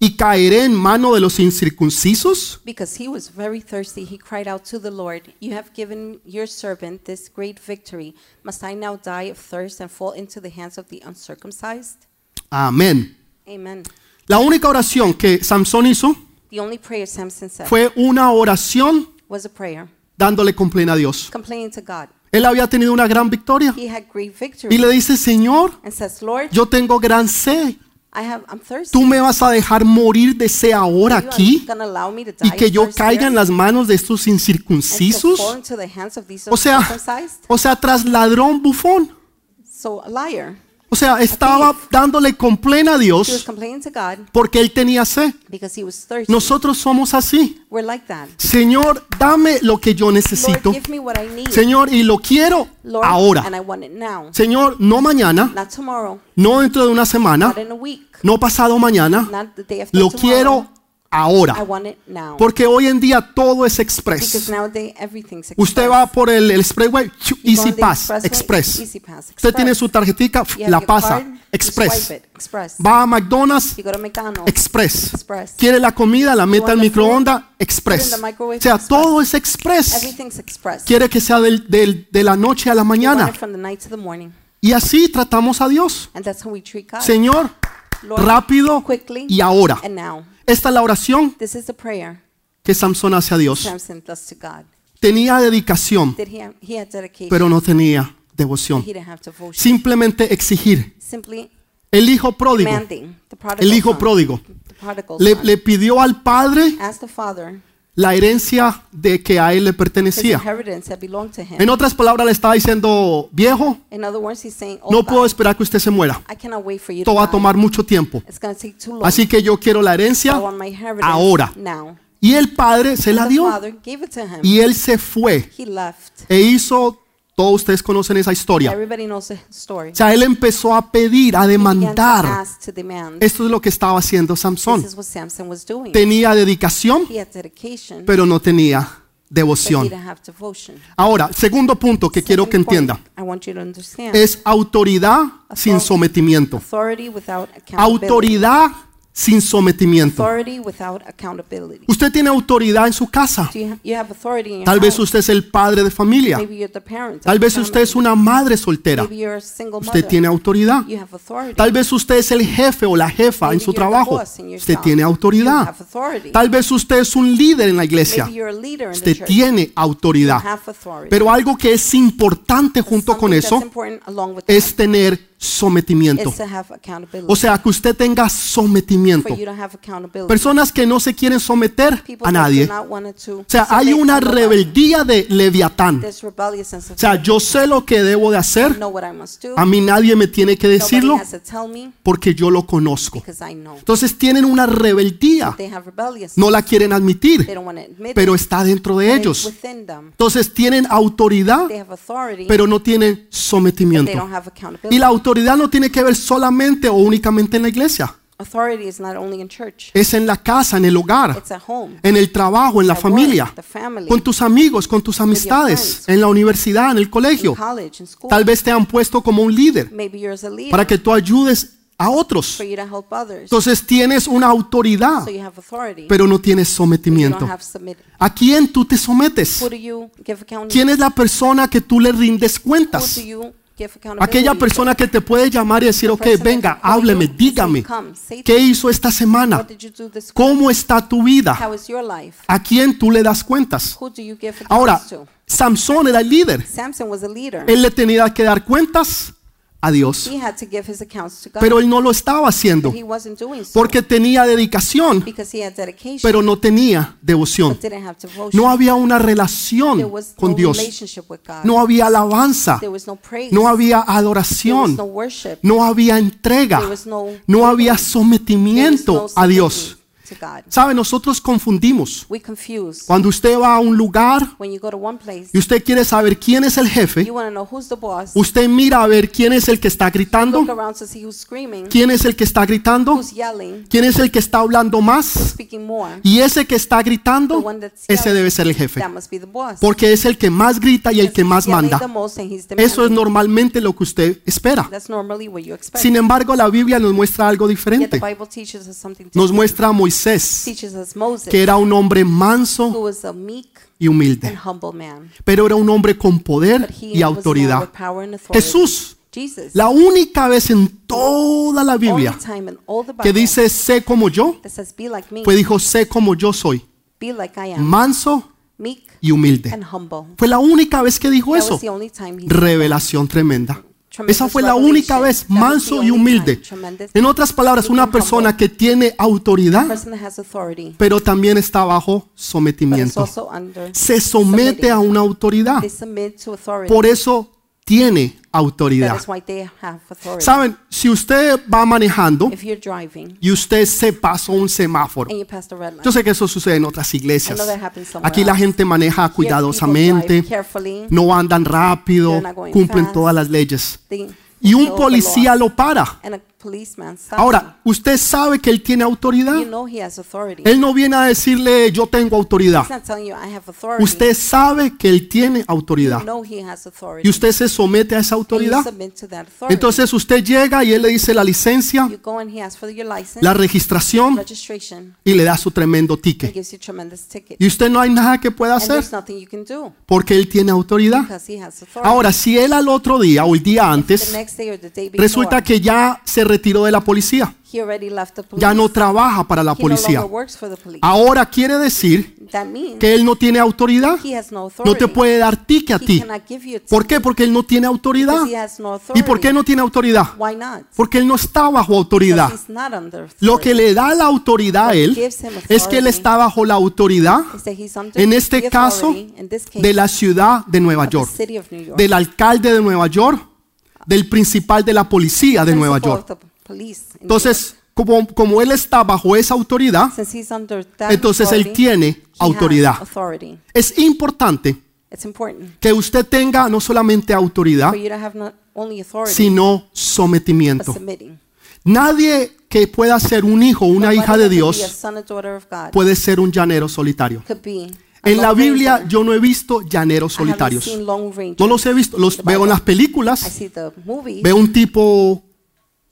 ¿Y caeré en mano de los incircuncisos?
Because he was very thirsty, he cried out to the Lord, You have given your servant this great victory. Must I now die of thirst and fall into the hands of the uncircumcised?
Amén.
Amen.
La única oración que Samson hizo
The only prayer Samson said
fue una oración
was a prayer,
dándole complaint a Dios.
complaining to God.
Él había tenido una gran victoria
He had great victory
y le dice, Señor,
and says, Lord,
Yo tengo gran sed.
I have, I'm thirsty.
¿Tú me vas a dejar morir de sed ahora
You are
aquí
gonna allow me to die
y que yo
of thirst
caiga en
here
las manos de estos
and to fall
incircuncisos?
into the hands of these
O sea,
uncircumcised?
o sea, tras ladrón bufón.
So a liar.
O sea, estaba dándole complaint a
He was
Dios
complaining to God
porque él tenía sed.
because he was thirsty.
Nosotros somos así.
We're like that.
Señor, dame lo que yo
Lord,
necesito.
give me what I need.
Señor, y lo quiero
Lord, and
ahora.
I want it now.
Señor, no mañana,
Not tomorrow,
no dentro de una semana,
not in a week,
no pasado mañana.
not the day after
Lo
tomorrow.
quiero
I
ahora.
want it now.
Porque hoy en día todo es
Because
express.
nowadays everything's
Usted
express.
va por el, el expressway, chu,
You go on
Easy
the
Pass,
expressway,
Express.
Easy Pass,
Usted tiene
express.
su tarjetita,
You have
la
your
pasa,
card, you
Express.
swipe it, express.
Va a McDonald's,
You go to McDonald's.
Express.
Express.
Quiere la comida, la meta al
want the food?
microondas,
Put it
Express.
in the microwave?
O sea,
Express.
todo es Express.
Everything's express.
Quiere que sea del- del- de la noche a la
You want
mañana.
it from the night to the morning.
Y así tratamos a Dios.
And that's how we treat God.
Señor,
Lord,
rápido
quickly
y ahora.
and now.
Esta es la oración
This is the prayer
que Samson hace a Dios.
Samson does to God.
Tenía dedicación,
Did he have, he had dedication?
pero no tenía devoción.
he didn't have devotion.
Simplemente exigir.
Simply
El hijo pródigo,
demanding. The prodigal
el hijo
son.
pródigo,
The prodigal
le,
son.
le pidió al padre
Ask the father
la herencia de que a él le
his
pertenecía.
inheritance that belonged to him.
En otras palabras, le estaba diciendo, viejo,
In other words, he's saying, oh,
no puedo
God,
esperar que usted se muera.
I cannot wait for you to
Esto va a
die.
tomar mucho tiempo.
It's going to take too long.
Así que yo quiero la
I
herencia
want my inheritance
ahora.
now.
Y el padre se la
And the
dio.
father gave it to him.
Y él se fue
He left.
e hizo, todos ustedes conocen esa historia.
Everybody knows the story.
O sea, él empezó a pedir, a
He began to
demandar.
ask to demand.
Esto es lo que estaba haciendo
This
Samson.
is what Samson was doing.
Tenía dedicación,
He had dedication, but
pero no tenía
he didn't
devoción.
have devotion.
Ahora, segundo punto que quiero que
Second point,
entienda
I want you to understand.
es autoridad sin sometimiento.
authority without accountability.
Autoridad sin sometimiento.
Authority without accountability.
Usted tiene autoridad en su casa.
Do you, ha- you have authority in your
Tal vez
house.
usted es el padre de familia.
Maybe you're the parent. of
Tal
the
vez usted
family.
es una madre soltera.
Maybe you're a single mother.
Usted tiene autoridad.
You have authority.
Tal vez usted es el jefe o la jefa en su
Maybe you're the
trabajo.
boss in your
Usted
job.
tiene
You
autoridad.
have authority.
Tal vez usted es un líder en la iglesia.
Maybe you're a leader in the
Usted
church.
tiene
You
autoridad.
have authority.
Pero algo que es importante
But
junto con
something that's
eso
important along with
es
that
tener sometimiento.
is to have accountability.
O sea, que usted tenga
for
sometimiento.
you to have accountability.
Personas que no se quieren someter
People
a
that do
nadie.
not want to
O sea,
submit
hay una
to nobody.
rebeldía de Leviatán.
There's rebellious sense of
O sea, yo sé lo que debo de hacer.
know what I must do.
A mí nadie me tiene que
Nobody
decirlo
has to tell me
porque yo lo conozco.
because I know.
Entonces tienen una rebeldía.
They have rebellious.
No la quieren
They
admitir,
don't want to admit
pero
it.
está dentro de
It's
ellos.
within them.
Entonces tienen autoridad,
They have authority,
pero no tienen
but they don't
sometimiento.
have
Y
accountability.
la autoridad no tiene que ver solamente o únicamente en la iglesia.
Authority is not only in church.
Es en la casa, en el hogar,
It's at home,
en el trabajo, en Eh, la
at work,
familia,
the family,
con tus amigos, con tus amistades, en la universidad, en el
in
colegio.
college, in school.
Tal vez te han puesto como un líder
Maybe you're as a leader
para que tú ayudes a otros.
for you to help others.
Entonces tienes una autoridad,
so you have authority,
pero no tienes
you don't
sometimiento.
have submit.
¿A quién tú te sometes?
Who do you give accountability?
¿Quién es la persona que tú le rindes
Who
cuentas?
do you give accountability?
Aquella persona que te puede llamar y decir, ok,
Person that
venga,
can call
hábleme,
you and say,
dígame,
"Come, say
¿qué hizo esta semana?
What did you do this week?
¿Cómo está tu vida?
How is your life?
¿A quién tú le das cuentas?
Who do you give accounts
Ah. Ahora,
to?
Samson era el líder.
Samson was a leader.
Él le tenía que dar cuentas a Dios,
He had to give his accounts to God.
pero él no lo estaba haciendo
but he wasn't doing so
porque tenía dedicación,
because he had dedication
pero no tenía devoción.
but didn't have devotion.
No había una
there
relación
was
con
no
Dios.
relationship with God.
No había alabanza.
there was no praise.
No había
there was
adoración.
no worship.
No había entrega.
There was no
No había
There was no
sometimiento a Dios.
submission To God.
Sabe, nosotros confundimos.
We confuse.
Cuando usted va a un lugar
when you go to one place,
y usted quiere saber quién es el jefe,
you want to know who's the boss.
usted mira a ver quién es el que está
Look
gritando,
around to see who's screaming,
quién es el que está gritando,
who's yelling,
quién es el que está hablando más.
speaking more.
Y ese que está
The
gritando,
one that's
ese
yelling.
debe ser el jefe.
That must be the boss.
Porque es el que más grita y el que más
He's yelling the
manda.
most and he's
Eso es
demanding.
normalmente lo que usted espera.
That's normally what you expect.
Sin embargo, la Biblia nos muestra algo
Yet the
diferente.
Bible teaches us something
Nos
different.
muestra a Moisés.
teaches us Moses,
que era un hombre manso
who was a meek
y
and
humilde,
humble man,
pero era un hombre con poder
but he
y
was a man
autoridad.
with power and authority.
Jesús,
Jesus,
la única vez en toda la Biblia
only time in all the Bible
que dice sé como yo,
that says, "Be like me,
fue dijo sé como yo soy,
be like I am,
manso
meek
y humilde.
and humble."
Fue la única vez que dijo
That
eso.
was the only time he
Revelación tremenda. Esa fue la única vez, manso y humilde. En otras palabras, una persona que tiene
a
autoridad,
person that has authority,
pero también está bajo
but is
sometimiento.
also under.
Se somete a una autoridad.
They submit to authority.
Por eso tiene
That
autoridad.
is why they have authority.
Saben, si usted va manejando
If you're driving
y usted se pasó un semáforo,
and you pass the red line,
yo sé que eso sucede en otras iglesias.
I know that happens somewhere
Aquí la
else.
gente maneja
here people
cuidadosamente,
drive carefully,
no andan rápido,
They're not going
cumplen
fast.
todas las leyes.
they
Y un
follow the
policía
laws.
lo para.
And a policeman stops
Ahora, usted sabe que él tiene autoridad.
you. You know he has authority.
Él no viene a decirle yo tengo autoridad.
He's not telling you I have authority.
Usted sabe que él tiene
you
autoridad.
know he has authority.
Y usted se somete a esa
And you
autoridad.
submit to that authority.
Entonces usted llega y él le dice la licencia,
you go and he asks for your license,
la registración
registration,
y le da su tremendo
and
ticket.
gives you tremendous ticket.
Y usted no hay nada que pueda
and
hacer
there's nothing you can do
porque él tiene autoridad.
because he has authority.
Ahora, si él al otro día o el día
the
antes
next day or the day before,
resulta que ya se retiró de la policía,
he already left the police.
ya no trabaja para la
he no
policía.
longer works for the police.
Ahora quiere decir
that means
que él no tiene autoridad.
he has no authority.
No te puede dar ticket a
he
ti.
cannot give you a
¿Por qué? Porque él no tiene autoridad.
because he has no authority.
¿Y por qué no tiene autoridad?
Why not?
Porque él no está bajo
Because
autoridad.
he's not under authority.
Lo que le da la autoridad a él es que él está bajo la autoridad
Is that he's under
en este
the
caso,
authority, in this case,
de la ciudad de Nueva
of the
York,
city of New York,
del alcalde de Nueva York, del principal de la policía de Nueva
principal
York.
of the police in New York.
Entonces, como, como él está bajo esa autoridad,
Since he's under that
entonces él
authority,
tiene
he has
autoridad.
authority.
Es importante
It's important
que usted tenga no solamente autoridad,
for you to have not only authority,
sino
but
sometimiento.
submitting.
Nadie que pueda ser un hijo o una
Nobody
hija
that
de
could be a
Dios
son or daughter of God
puede ser un llanero solitario.
could be a
En la
lone
Biblia
ranger.
yo no he visto llaneros
I haven't
solitarios.
seen lone rangers.
No los he visto, los veo en las
I
películas.
see the movies.
Veo un tipo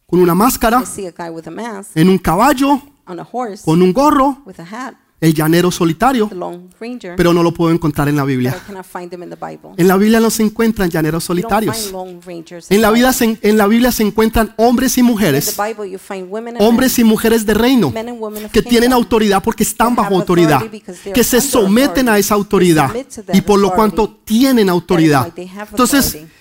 con una máscara,
I see a guy with a mask
en un caballo,
on a horse
Eh, con un gorro,
with a hat,
el llanero solitario,
the lone ranger,
pero no lo puedo encontrar en la
but I
Biblia.
cannot find him in the Bible.
En la Biblia no se encuentran llaneros
You don't find
solitarios.
lone rangers
En la,
Bible.
vida se- en la Biblia se encuentran hombres y
In the
mujeres,
Bible you find women and men.
hombres y mujeres de reino,
men and women of
que tienen
kingdom.
autoridad porque están
They have
bajo autoridad,
authority because they are
que se
under
someten a
authority.
esa autoridad
They submit to that
y por lo
authority.
cuanto tienen
That is
autoridad.
why they have
Entonces,
authority.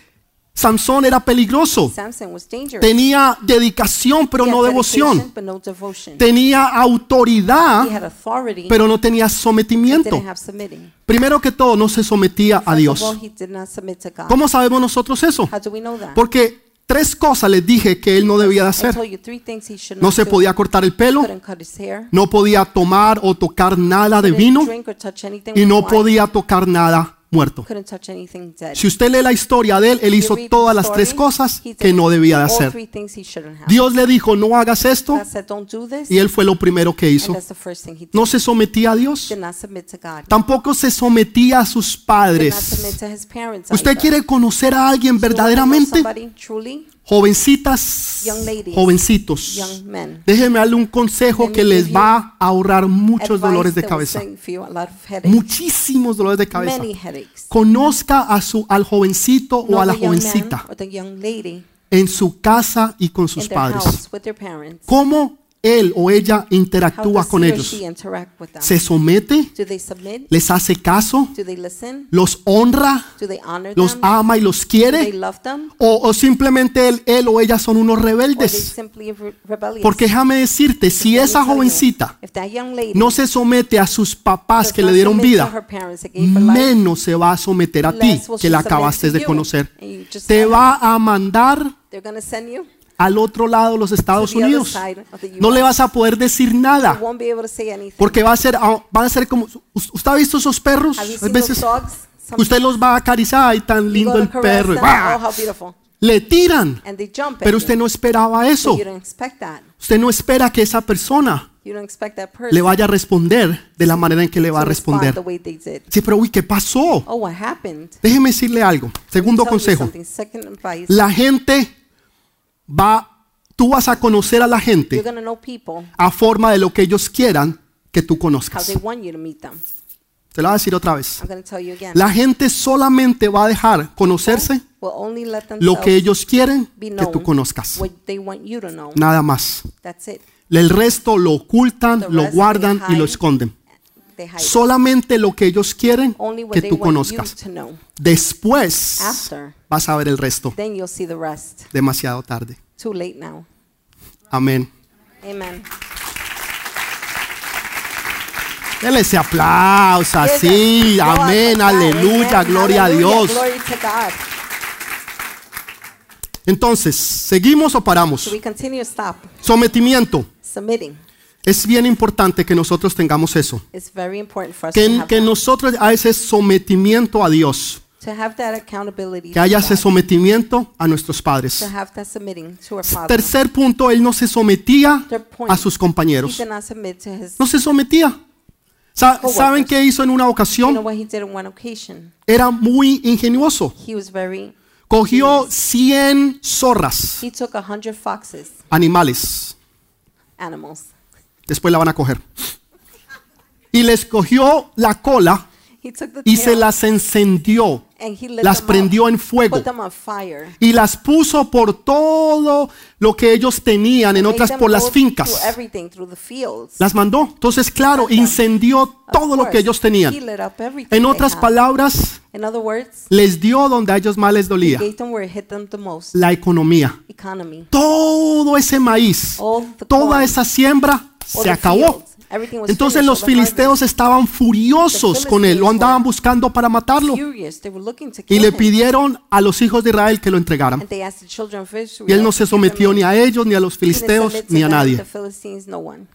Sansón era peligroso,
Samson was dangerous.
tenía dedicación pero
He
no
had dedication,
devoción,
but no devotion.
tenía
He had
autoridad
authority,
pero no tenía
but
sometimiento.
didn't have submitting.
Primero que todo, no se sometía a
First of all,
Dios.
he did not submit to God.
¿Cómo sabemos nosotros eso?
How do we know that?
Porque tres cosas les dije que él no debía de
I
hacer.
told you three things he should
No
not
se
do.
podía cortar el pelo,
Couldn't cut his hair.
no podía tomar o tocar nada de
Couldn't
vino
drink or touch anything
y
with
no
wine.
podía tocar nada muerto.
Couldn't touch anything dead.
Si usted lee la historia de él, él
You
hizo
read
todas
the
las
story,
tres cosas
he
que
did
no debía de
all
hacer.
three things he shouldn't have.
Dios le dijo, no hagas esto,
God said, "Don't do this,"
y él fue lo primero que
and
hizo.
that's the first thing he did.
No se sometía a Dios,
Did not submit to God.
tampoco se sometía a sus
Did not submit
padres.
to his parents.
¿Usted
either.
quiere conocer a alguien
You wanna know
verdaderamente?
somebody truly?
Jovencitas,
Young ladies,
jovencitos,
young men.
déjenme darle un consejo
Let me
que les
give you
va a ahorrar muchos dolores
Advice
de
that will
cabeza.
save you a lot of headaches.
Muchísimos dolores de cabeza.
Many headaches.
Conozca a su, al jovencito o
Know
a la
the young man
jovencita
or the young lady
en su casa y con sus
in their
padres.
house with their parents.
¿Cómo él o ella
How
interactúa
does
con
he or
ellos?
she interact with them?
¿Se somete?
Do they submit?
¿Les hace caso?
Do they listen?
¿Los honra?
Do they honor
¿Los
them?
ama y los
Do they
quiere?
love them?
¿O, o simplemente él, él o ella son unos
Or they
rebeldes?
simply re- rebellious?
Porque déjame decirte, si
Let me
esa
tell you,
jovencita
if that young lady
no se somete a sus papás
does
que le
not
dieron
submit to her
vida,
parents that gave her life,
menos se va a someter a ti
less will
que
she
la
submit to
acabaste de
you.
conocer.
And you just
Te
said,
va a mandar
They're gonna send you.
al otro lado de los Estados
the other
Unidos.
side of the
No le
US.
vas a poder decir
You
nada.
won't be able to say anything.
Porque va a ser, ah, van a ser como, ¿usted ha visto esos perros?
Have you
A
seen those
veces
dogs? Some-
usted los va a acariciar, ay tan
you
lindo
go to
el
caress
perro, y
them,
¡guau!
Oh, how beautiful.
le tiran.
And they jump at
Pero
you.
usted no esperaba
But
eso.
you don't expect that.
Usted no espera que esa persona
You don't expect that person
le vaya a responder de la manera en que le va a
to respond the
responder.
way they did.
Sí, pero uy, ¿qué pasó?
Oh, what happened?
Déjeme decirle algo. Segundo
Tell me
consejo.
something. Second advice.
La gente va, tú vas a conocer a la
You're
gente
going to know people
a forma de lo que ellos quieran que tú
how
conozcas.
they want you to meet them.
Te lo voy a decir otra vez.
I'm going to tell you again.
La gente solamente va a dejar conocerse
will only let themselves
lo que ellos quieren
be
que
known
tú conozcas.
what they want you to know.
Nada más.
That's it.
El resto lo ocultan,
The
lo
rest
guardan
they
y lo
hide.
esconden.
They hide. it.
Solamente lo que ellos quieren
only what
que
they
tú
want
conozcas.
you to know.
Después
After.
vas a ver el resto.
Then you'll see the rest.
Demasiado tarde.
Too late now.
Amén.
Amen.
Dele ese aplauso,
Give
así.
them- Go on,
Ah, Amén,
God.
aleluya,
Amen.
gloria a
Hallelujah.
Dios.
Glory to God.
Entonces, ¿seguimos o
So
paramos?
we continue to stop
Sometimiento.
submitting.
Es bien importante que nosotros tengamos eso.
It's very important for us to,
Que,
have
que
that,
nosotros a ese sometimiento a Dios.
to have that accountability,
Que haya
to,
ese
God,
sometimiento a nuestros padres.
to have that submitting to our Father.
Tercer punto, él no se sometía
Third point,
a sus
he
compañeros.
did not submit to his.
No se sometía. Sa-
Coworkers.
¿Saben qué hizo en una
You know
ocasión?
what he did on one occasion?
Era muy ingenioso.
He was very.
Cogió 100 zorras,
He took a hundred foxes,
animales.
animals.
Después la van a coger. Y les cogió la cola
He took the
y se
tail
las encendió.
and he lit
Las
them
prendió
up,
en fuego.
put them on fire.
Y las puso por todo lo que ellos tenían, en
Made
otras
them
por
go
las
through
fincas.
everything, through the fields.
Las mandó. Entonces, claro, incendió
Of
todo lo
course,
que ellos
he
tenían.
lit up everything
En
they
otras
had.
palabras,
In other words,
les dio donde a ellos más les
he
dolía,
gave them where it hit them the most.
la economía.
Economy.
Todo ese maíz,
All the
toda
corn.
esa siembra
All
se
the
acabó.
fields. Everything was
Entonces
finished,
los
all the harvest.
filisteos estaban furiosos
The
con él, lo
Philistines
andaban
were
buscando para matarlo
Furious, they were looking to
y
kill
le
him.
pidieron a los hijos de Israel que lo entregaran.
And they asked the children of Israel,
Y él no se sometió ni
He
a ellos, ni a los
didn't
filisteos,
submit to
ni a
them,
nadie.
the Philistines, no one.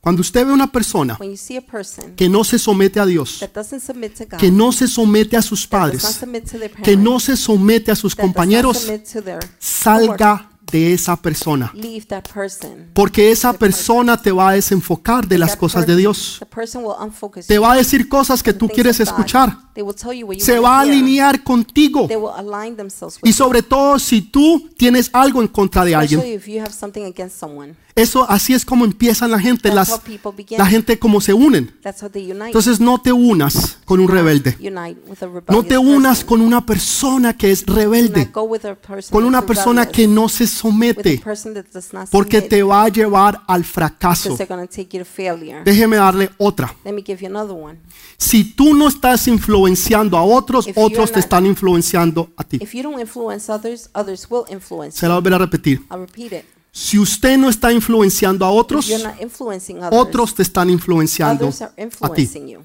Cuando usted ve una persona
When you see a person
que no se somete a Dios,
that doesn't submit to God,
que no se somete a sus
does not
padres,
submit to their parents,
que no se somete a sus
that does not
compañeros,
submit to their coworkers,
salga de esa persona.
leave that person.
Porque esa persona te va a desenfocar de las
That
cosas de
person-
Dios.
The person will unfocus
Te
you
va a decir cosas que
on
tú
things
quieres
of God.
escuchar.
They will tell you what you
Se
wanna
va a
hear.
alinear contigo.
They will align themselves
Y
with you,
sobre todo si tú tienes algo en contra de alguien.
especially if you have something against someone.
Eso así es como empiezan la gente,
That's
las,
how people begin.
la gente como se unen.
That's how they unite.
Entonces no te unas con un rebelde.
unite with a
No
rebellious
te unas
person.
con una persona que es
Do not
rebelde,
go with a person
con una
that's
persona
rebellious,
que no se
with a
somete,
person that does not
porque
submit,
te va a llevar al fracaso.
because they're going to take you to failure.
Déjeme darle otra.
Let me give you another one.
Si tú no estás influenciando a otros,
If you're
otros te
not-
están influenciando a ti.
If you don't influence others, others will influence.
Se la volveré a repetir.
I'll repeat it.
Si usted no está influenciando a
If
otros,
you're not influencing others,
otros te están influenciando
others are
a ti.
influencing you.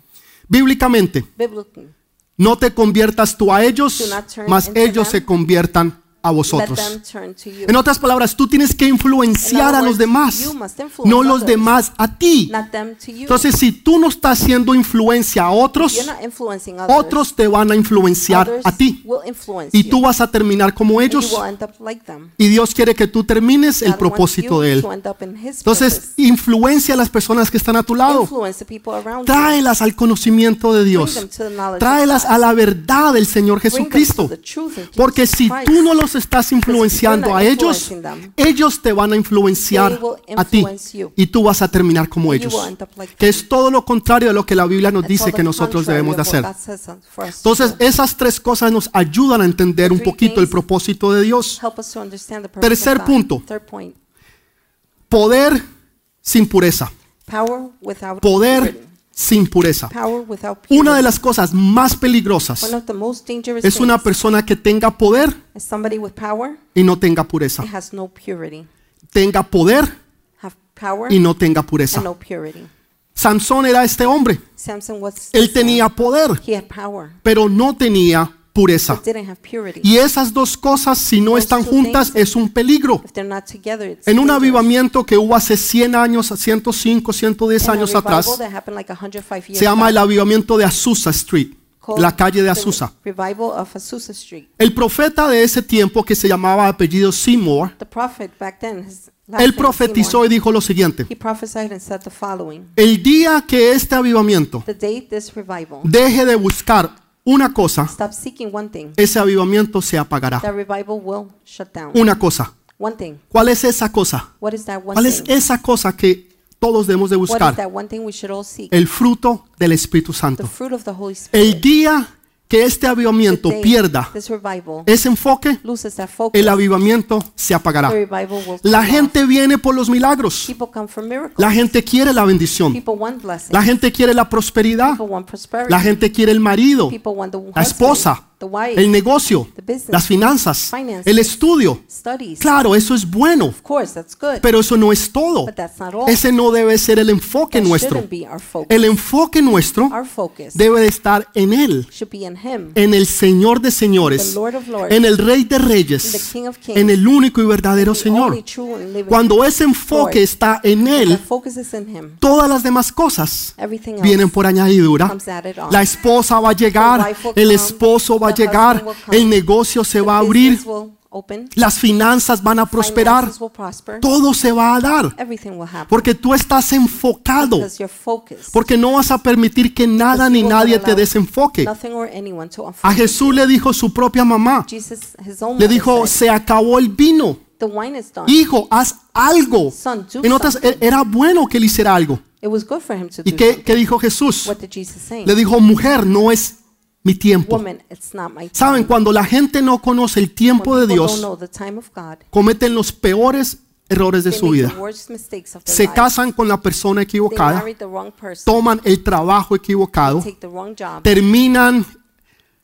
Bíblicamente,
Biblically,
no te conviertas tú a
Do
ellos,
not turn
mas
into
ellos
them.
se conviertan a
let
vosotros.
them turn to you.
En otras palabras, tú tienes que influenciar a los demás,
you must influence
no los
others,
demás a ti.
Not them to you.
Entonces, si tú no estás haciendo influencia a otros,
you're not influencing others.
otros te van a influenciar
others
a ti.
will influence
Y
you.
tú vas a terminar como
and
ellos.
you will end up like them.
Y Dios quiere que tú termines el
God wants you pues.
propósito de Él.
to end up in His
Entonces,
purpose.
influencia a las personas que están a tu lado.
influence the people around you.
Tráelas al conocimiento de
Bring
Dios.
them to the knowledge of
Tráelas
God.
a la verdad del Señor
Bring them to
Jesucristo.
the truth of
Porque
Jesus
si
Christ.
tú no los estás influenciando
you're
a
not
ellos,
influencing them,
ellos te van a influenciar
they will
a ti.
influence you.
Y tú vas a terminar como
And you
ellos.
will end up like
Que
them.
es todo lo contrario de lo que la Biblia nos
That's
dice
all
que
the
nosotros
contrary
debemos de
of what
hacer.
God says for us to
Entonces,
do.
esas tres cosas nos ayudan a entender un
Three
poquito el
things.
propósito de Dios.
Help us to understand the purpose
Tercer
of God.
punto.
Third point.
Poder sin pureza.
Power without
Poder
purity.
sin pureza.
Power without purity.
Una de las cosas más
One
peligrosas
of the most dangerous
es una
things
persona que tenga poder
is somebody with power
y no tenga pureza.
that has no purity.
Tenga poder
Have power
y no tenga
and
pureza.
no purity.
Sansón era este hombre.
Samson was
Él tenía poder,
he had power,
pero no tenía pureza.
but didn't have purity.
Y esas dos cosas, si no están juntas, es un peligro.
If they're not together, it's
En un
dangerous.
avivamiento que hubo hace 100 años, 105, 110
In a
años
revival
atrás,
that happened like 105 years
se llama el
back,
avivamiento de Azusa Street,
called
la calle de
the
Azusa.
Revival of Azusa Street.
El profeta de ese tiempo, que se llamaba apellido Seymour,
The prophet back then, his last
él
name was
profetizó
Seymour,
y dijo lo siguiente.
He prophesied and said the following:
El día que este avivamiento
The day this revival
deje de buscar una cosa,
stop seeking one thing,
ese avivamiento se apagará.
that revival will shut down.
Una cosa.
One thing.
¿Cuál es esa cosa?
What is that one
¿Cuál es
thing?
esa cosa que todos debemos de
What is
buscar?
that one thing we should all seek?
El fruto del Espíritu
The
Santo.
fruit of the Holy Spirit.
El día que este
The
avivamiento
day
pierda
This revival
ese enfoque,
loses that focus.
el avivamiento se
The
apagará.
revival will
La
turn off.
gente viene por los milagros.
People come for miracles.
La gente quiere la bendición.
People want blessings.
La gente quiere la prosperidad.
People want prosperity.
La gente quiere el marido.
People want the
La esposa.
husband, the wife,
el negocio,
The business.
las finanzas,
Finances.
el estudio.
studies.
Claro, eso es bueno,
Of course, that's good.
pero eso no es todo.
but that's not all.
Ese no debe ser el enfoque
that
nuestro.
shouldn't be our focus.
El enfoque nuestro
our focus
debe de estar en Él,
should be in Him,
en el Señor de
the
señores,
Lord of Lords,
en el Rey de
the
reyes,
King of Kings,
en el único y verdadero
the only
Señor.
true and living.
Cuando ese enfoque está en
the
Él,
focus is in Him.
todas las demás cosas
Everything else
vienen por añadidura.
comes added on.
La esposa va a llegar, el esposo va a llegar, el negocio se
the
va a abrir,
business will open.
las finanzas van a prosperar,
Finances will prosper.
todo se va a dar,
Everything will happen.
porque tú estás enfocado,
because you're focused.
porque no vas a permitir que nada ni nadie te desenfoque.
Nothing or anyone to
A
unfold.
Jesús le dijo su propia mamá,
Jesus, his own
le
mother
dijo,
said,
se acabó el vino,
the wine is done.
hijo, haz algo.
Son, do
En otras, e-
something.
era bueno que le hiciera algo.
It was good for him to
eh, ¿Y
do
qué,
something.
qué dijo Jesús?
What did Jesus say?
Le dijo, mujer, no es mi tiempo.
Woman, it's not my time.
Saben, cuando la gente no conoce el tiempo de
When people
Dios,
don't know the time of God,
cometen los peores errores de
they
su
make
vida.
the worst mistakes of their
Se
lives.
casan con la persona
They
equivocada,
married the wrong person,
toman el trabajo equivocado,
take the wrong job,
terminan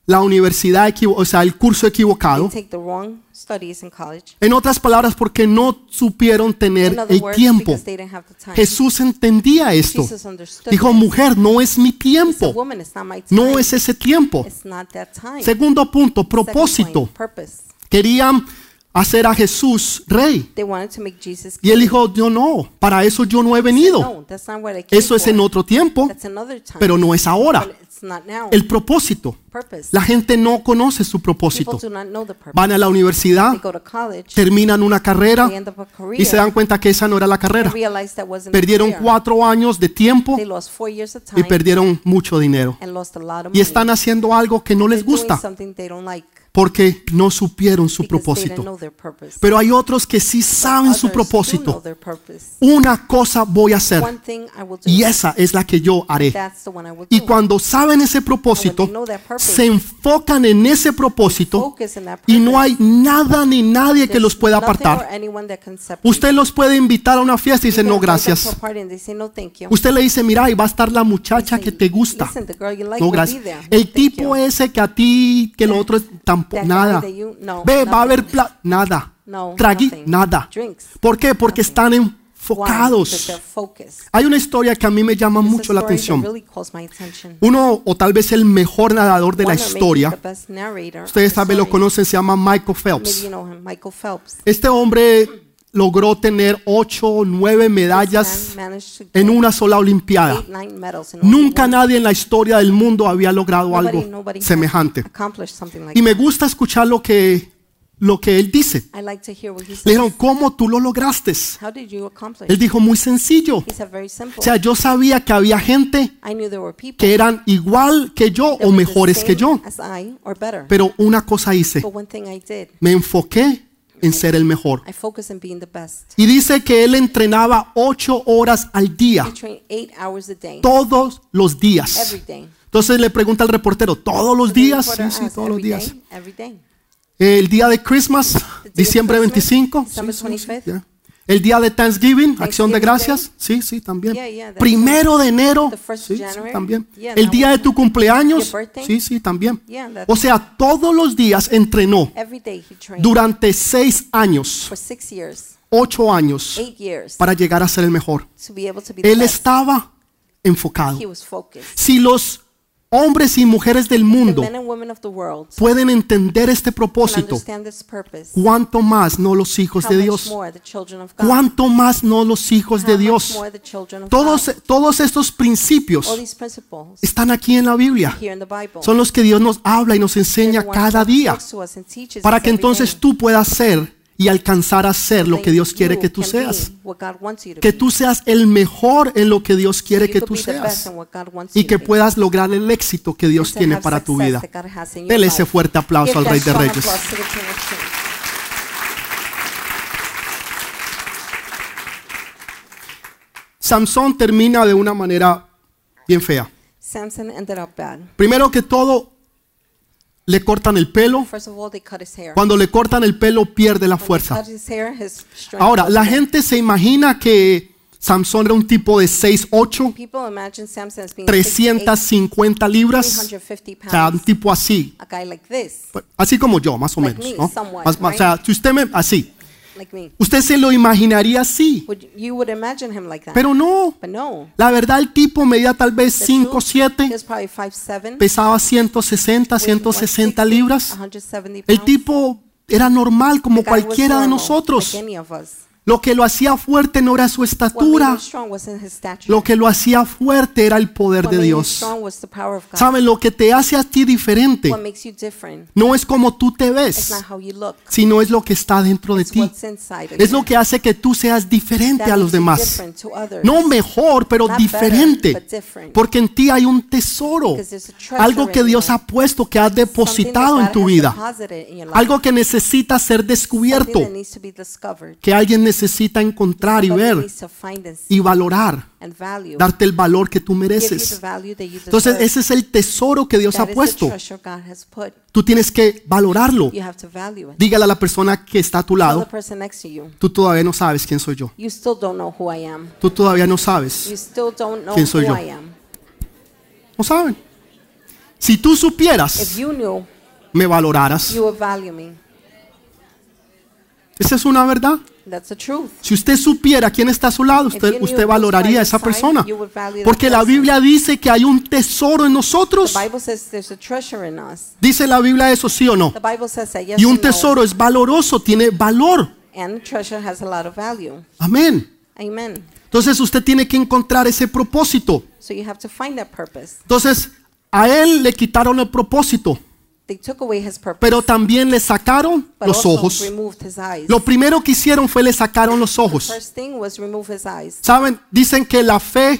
la universidad, equivo- o sea, el curso
they
equivocado.
take the wrong studies in college.
En otras palabras, porque no supieron tener
In other
el
words,
tiempo.
because they didn't have the time.
Jesús entendía esto.
Jesus understood.
Dijo,
this.
mujer, no es mi
He said,
tiempo.
woman, it's not my time.
No es ese tiempo.
It's not that time.
Segundo punto,
Second point,
propósito.
purpose.
Querían hacer a Jesús rey.
They wanted to make Jesus
Y él dijo, yo no, para eso yo no he venido.
No, that's not what I came
Eso es
for.
en otro tiempo,
That's another time.
pero no es ahora.
But it's not now.
El propósito.
purpose.
La gente no conoce su
People
propósito.
do not know the purpose.
Van a la
They
universidad,
go to college,
terminan una carrera
they end up a career,
y se dan cuenta que esa no era la
they
carrera.
realize that wasn't a
Perdieron
career.
cuatro años de tiempo
They lost four years of
y
time
perdieron mucho dinero.
and lost a lot of
Y
money.
están haciendo algo que no
They're
les
Doing
gusta
something they don't like
porque no supieron su
because they didn't
propósito.
know their purpose.
Pero hay otros que sí saben
Others
su
do know
propósito.
their purpose.
Una cosa voy a hacer.
One thing I will do.
Y esa es la que yo haré.
That's the one I will do.
Y cuando saben ese propósito,
And when they know that purpose,
se enfocan en ese propósito
Focus in that
y no
purpose.
hay nada ni nadie que
There's
los pueda
nothing or
apartar.
anyone that can separate.
Usted los puede invitar a una fiesta y
You
dice,
can
no,
invite them to
gracias.
a party and they say, "No, thank you."
Usted le dice, mira, ahí va a estar la muchacha
Listen,
que te gusta.
listen, the girl you like
No,
will be
gracias.
there.
El
Thank
tipo
you.
ese que a ti, que lo otro es
That
tampoco,
guy
nada.
that you- no,
Ve, va a haber
nothing.
pla- nada.
No,
Tragui,
nothing.
nada.
Drinks.
¿Por qué? Porque están
Why? Because
enfocados.
they're focused.
Hay una historia que a mí me llama
It's a
mucho la
story that
atención.
really calls my attention.
Uno, o tal vez el mejor nadador de la
One that made the
historia,
best narrator of
ustedes
the
tal vez lo
story.
conocen, se llama Michael
Maybe you
Phelps.
know him, Michael Phelps.
Este hombre logró tener ocho o nueve medallas
Man managed to
en
get
una sola Olimpiada.
eight, nine medals in only
Nunca
one.
nadie en la historia del mundo había logrado
Nobody-
algo
nobody had
semejante.
accomplished something like
Y me gusta escuchar lo que, lo que él dice.
that. I like to hear what he
Le
says.
dijeron, ¿cómo tú lo lograste?
How did you accomplish?
Él dijo, muy sencillo.
He said very
O
simple.
sea, yo sabía que había gente
I knew there were people
que eran igual que yo
that
o
were the
mejores que
same
yo.
as I or better.
Pero una cosa hice.
But one thing I did,
me enfoqué en ser el mejor.
I focused on being the best.
Y dice que él entrenaba ocho horas al
I
día,
trained eight hours a day,
todos los días.
every day.
Entonces le pregunta al reportero, ¿todos los
The
días?
reporter
Sí, sí,
asked,
todos los
uh, "Every
días.
day? Every day.
El día de Christmas,
of
diciembre
Christmas,
25. sí,
December
sí, sí,
25th.
ya. El día de Thanksgiving, acción de
Thanksgiving
gracias. Sí, sí, también.
Yeah, yeah, that's
Primero de enero,
The first of
sí, sí,
January.
también.
Yeah,
El
that
día
one.
de tu cumpleaños,
Your birthday.
sí, sí, también.
Yeah, that's-
O sea, todos los días entrenó
Every day he trained
durante seis años,
for six years,
ocho años,
eight years,
para llegar a ser el mejor.
to be able to be the
Él
best.
estaba enfocado.
He was focused.
Si los hombres y mujeres del
The
mundo
men and women of the world
pueden entender este
can
propósito,
understand this purpose.
¿cuánto más no los hijos
How
de
much
Dios?
more the children of God?
¿Cuánto más no los hijos
How
de
much
Dios?
more the children of
Todos,
God?
todos estos
All
principios
these principles
están aquí en la Biblia.
here in the Bible.
Son los que Dios nos habla y nos
They're
enseña
the ones
cada
God
día
talks to us and teaches
para
us
que
every
entonces
day.
tú puedas ser y alcanzar a ser lo
That
que Dios quiere
you
que tú
can be
seas.
what God wants you to
Que
be.
tú seas el mejor en lo que Dios
You
quiere que
could
tú
be the best
seas.
in what God wants
y
you to
que
be.
puedas lograr el éxito que Dios
to
tiene
have
para tu
success
vida.
that God has in your
Dele ese
life.
fuerte aplauso
Give
al
that
Rey de
strong
Reyes.
applause to the King of Kings.
Samson termina de una manera bien fea.
Samson ended up bad.
Primero que todo, le cortan el pelo.
First of all, they cut his hair.
Cuando le cortan el pelo, pierde la
When they
fuerza.
cut his hair, his strength
Ahora,
was
la
gone.
gente se imagina que Samson era un tipo de 6'8,
People imagine Samson as being 358,
350 libras,
350
o sea, un
pounds.
tipo así,
A guy like this,
pues, así como yo, más o
Like
menos,
me,
¿no?
somewhat,
Más- más- o sea, si usted me, así,
like me.
usted se lo imaginaría así,
Would, you would imagine him like that.
pero no.
but no.
La verdad, el tipo medía tal vez
The
5
truth,
7,
He was probably 5'7",
pesaba 160, 160 libras.
170
El
pounds.
tipo era normal como
Uh-huh. The guy was
cualquiera de
normal,
nosotros.
like any of us.
Lo que lo hacía fuerte no era su
What made
estatura.
him strong wasn't his stature.
Lo que lo hacía fuerte era el poder
What
de
made him
Dios.
strong was the power of God.
Saben, lo que te hace a ti diferente
What makes you different?
no es como tú te
It's
ves,
not how you look.
sino es lo que está dentro de
It's
ti.
what's inside of
Es
you.
lo que hace que tú seas diferente
That
a los
makes you
demás.
different to others.
No mejor, pero
Not better,
diferente.
but different.
Porque en ti hay un tesoro.
Because there's a treasure
Algo que
in
Dios
you.
ha puesto, que has
Something that
depositado en
God
tu
has
vida.
deposited in your life.
Algo que necesita ser descubierto.
Something that needs to be discovered.
Que alguien necesita encontrar y
Somebody
ver
needs to find and see
y valorar.
and value.
Darte el valor que tú
Give you the
mereces.
value that you
Entonces
deserve.
ese es el tesoro que Dios ha
That is the
puesto.
treasure God has put.
Tú tienes que valorarlo.
You have to value it.
Dígale a la persona que está a tu
Tell the
lado,
person next to you.
tú todavía no sabes quién soy yo.
You still don't know who I am.
Tú todavía no sabes.
You still don't know
¿Quién soy
who
yo?
I am.
No saben. Si tú
If
supieras,
you knew,
me valoraras.
you would value me.
Esa es una verdad.
That's the truth.
Si usted supiera quién está a su lado, usted, usted valoraría a esa persona. Porque la Biblia dice que hay un tesoro en nosotros.
The Bible says there's a treasure in us.
Dice la Biblia eso, sí o no.
The Bible says that yes
Y un
and no,
tesoro es valoroso, tiene valor.
and the treasure has a lot of value.
Amén.
Amen.
Entonces usted tiene que encontrar ese propósito.
So you have to find that purpose.
Entonces a él le quitaron el propósito,
They took away his purpose,
pero también le sacaron
but
los
also
ojos.
removed his eyes.
Lo primero que hicieron fue le sacaron los ojos.
First thing was remove his eyes.
Saben, dicen que la fe,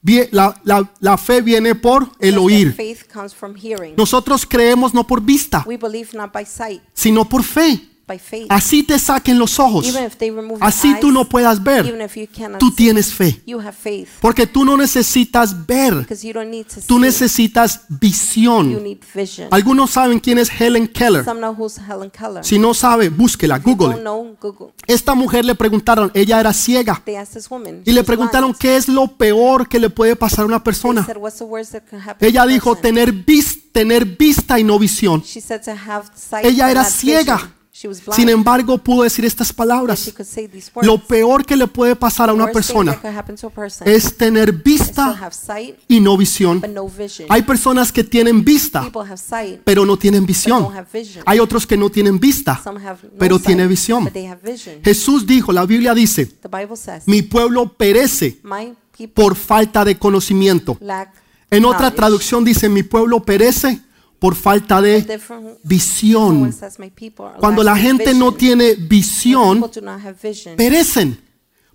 vie- la- la- la fe viene por el
Because
oír.
Faith comes from hearing.
Nosotros creemos no por vista,
We believe not by sight,
sino por fe.
by faith.
Así te saquen los ojos,
Even if they remove your
así tú
eyes,
no puedas
even
ver,
if you cannot
tú
see,
tienes fe.
you have faith
Porque tú no necesitas ver,
because you don't need to
tú
see.
necesitas
You
visión.
need vision.
Algunos saben quién es Helen Keller.
Some know who's Helen Keller.
Si no sabe, búsquela,
Don't
google.
know Google.
Esta mujer le preguntaron, ella era ciega,
They asked this woman.
y
she
le
was
preguntaron
blind.
qué es lo peor que le puede pasar a una
They
persona.
said, What's the worst that can happen to
Ella
a
dijo
person?"
tener, vis- tener vista y no visión.
She said to have sight
Ella
but
era
not vision.
ciega.
She was
Sin
blind.
embargo, pudo decir estas
but she
palabras.
could say these words.
Lo peor que le puede pasar a
The
una
worst thing
persona
that could happen to a person is
es tener
to
vista
have sight
y no visión.
but no vision.
Hay personas que tienen vista,
People have sight
pero no tienen
but don't
visión.
have vision.
Hay otros que no tienen vista,
Some have no
pero
sight,
tiene visión.
But they have vision.
Jesús dijo, la Biblia dice,
The Bible says,
mi pueblo perece
My people
por falta de conocimiento.
lack
En otra
knowledge.
traducción dice, mi pueblo perece por falta
The
de
different one
visión.
says, "My people are
Cuando la
lacking
gente no
vision."
tiene
When
visión,
people do not have vision,
perecen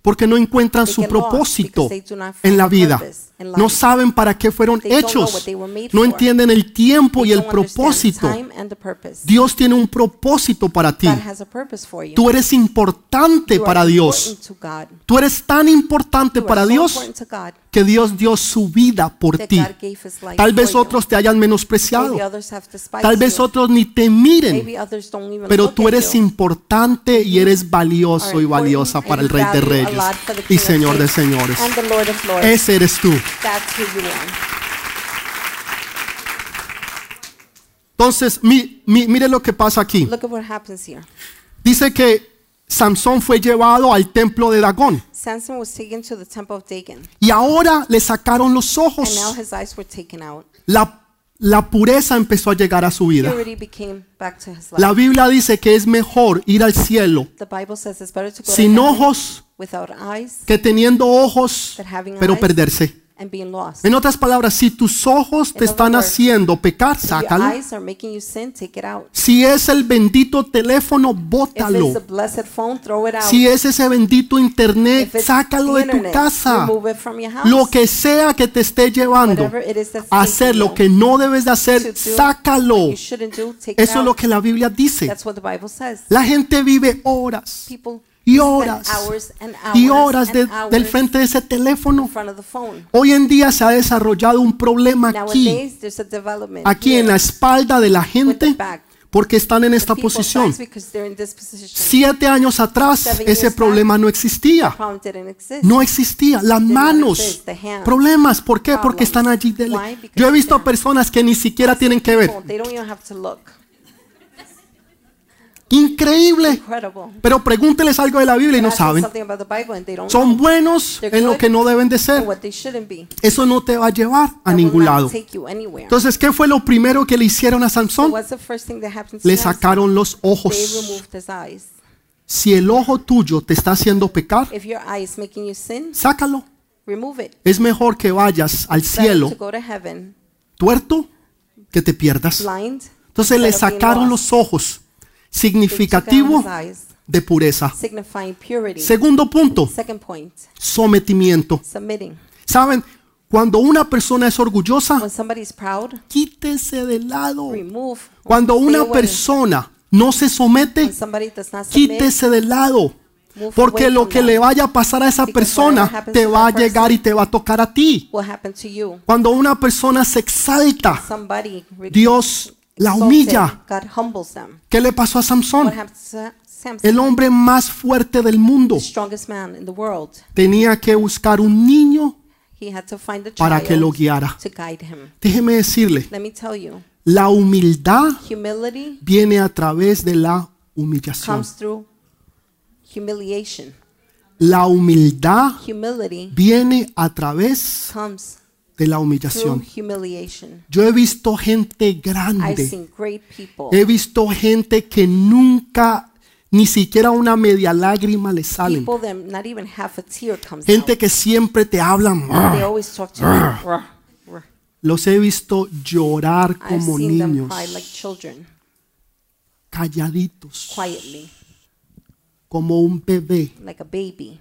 porque no encuentran
They
su
get lost
propósito
because they do not find
en la vida.
purpose in life.
No saben para qué fueron
They don't know what
hechos.
they were made
No
for.
entienden el tiempo
they
y el
don't understand
propósito.
time and the purpose.
Dios tiene un propósito para ti.
God has a purpose for you.
Tú eres importante
You are
para Dios.
important to God.
Tú eres tan importante
You are
para
so
Dios
important to God
que Dios dio su vida por
that
ti.
God gave his life
Tal vez
for you.
otros te hayan menospreciado.
Maybe others have despised
Tal vez
you.
otros ni te miren.
Maybe others don't even
Pero
look
tú
at
eres
you.
importante y eres valioso
Are
y
important
valiosa para el
and
Rey de
value a
Reyes
lot for the King
y
of
Señor de
Kings
Señores.
and the Lord of Lords.
Ese eres tú.
That's who you are.
Entonces, mi- mi- mire lo que pasa aquí.
Look at what happens here.
Dice que Sansón fue llevado al templo de Dagón
Samson was taken to the temple of Dagon,
y ahora le sacaron los
and now
ojos.
his eyes were taken out.
La, la pureza empezó a llegar a su vida.
Purity became back to his life.
La Biblia dice que es mejor ir al cielo
The Bible says it's better to go
sin
to heaven
ojos
without eyes
que teniendo ojos, pero perderse.
and being lost.
En otras palabras, si tus ojos te están haciendo pecar,
If your
sácalo.
eyes are making you sin, take it out.
Si es el bendito teléfono,
If it's the
bótalo.
blessed phone, throw it out.
Si es ese bendito internet,
If it's
sácalo
the
de tu
internet,
casa.
remove it from your house.
Lo que sea que te esté llevando
Whatever it is that's
a
taking
hacer lo
you
que no debes de hacer,
to do
sácalo.
you shouldn't do, take it
Eso es
out.
lo que la Biblia dice.
That's what the Bible says.
La gente vive horas
People
Y
spend
horas.
hours and hours
y horas
and
de-
hours
del frente de ese teléfono.
in front of the phone.
Hoy en día se ha desarrollado un problema aquí,
Nowadays, there's a development
aquí
here
en la espalda de la
with the
gente,
back.
¿Por qué están en esta
The people
posición?
fast because they're in this position.
Siete años atrás ese problema no existía.
Problem didn't exist.
No existía. Las manos. Problemas. ¿Por qué? Porque están allí. de la- Yo he visto personas que ni siquiera tienen que ver.
They don't even have to look.
Increíble.
Incredible.
Pero pregúnteles algo de la Biblia y no
Ask them
saben.
something about the Bible and they don't
Son
know
buenos en lo que no deben de ser.
what they shouldn't be.
Eso no te va a llevar a
That will
ningún
not
lado.
Take you anywhere.
Entonces, ¿qué fue lo primero que le hicieron a
So
Sansón?
what's the first thing that happens?
Le
to Samson?
sacaron los
They
ojos.
removed his eyes.
Si el ojo tuyo te está haciendo pecar,
If your eye is making you sin,
sácalo.
remove it.
Es mejor que vayas al
Better
cielo
To go to heaven,
tuerto que te pierdas.
blind.
Entonces le
instead of being
sacaron los
lost.
ojos.
They took out
Significativo
his eyes,
de pureza.
Signifying purity.
Segundo punto,
Second point,
sometimiento.
submitting.
¿Saben? Cuando una persona es orgullosa,
When somebody's proud,
quítese de lado.
remove.
Cuando
Stay
una
away.
persona no se somete,
When somebody does not submit,
quítese de lado. Porque lo que le vaya a pasar a esa persona te va a llegar y te va a tocar a ti.
what happened to you?
Cuando una persona se exalta,
Somebody re-
Dios la
exalted,
humilla.
God humbles them.
¿Qué le pasó a
What
Samson?
happened to Samson?
El hombre más fuerte del mundo
the strongest man in the world.
tenía que buscar un niño
He had to find a
para
child
que lo guiara.
to guide him.
Déjeme decirle,
Let me tell you,
la humildad
humility
viene a través de la humillación.
comes through humiliation.
La humildad
Humility
viene a través
comes
de la
through
humillación.
humiliation.
Yo he visto gente
I've
grande
seen great people,
He visto gente que nunca, ni siquiera una media lágrima le salen.
people that not even half a tear comes
Gente que siempre te hablan.
out. They always talk to you.
Los he visto llorar
I've
como
seen them
niños,
cry like children,
calladitos,
quietly,
como un bebé.
like a baby.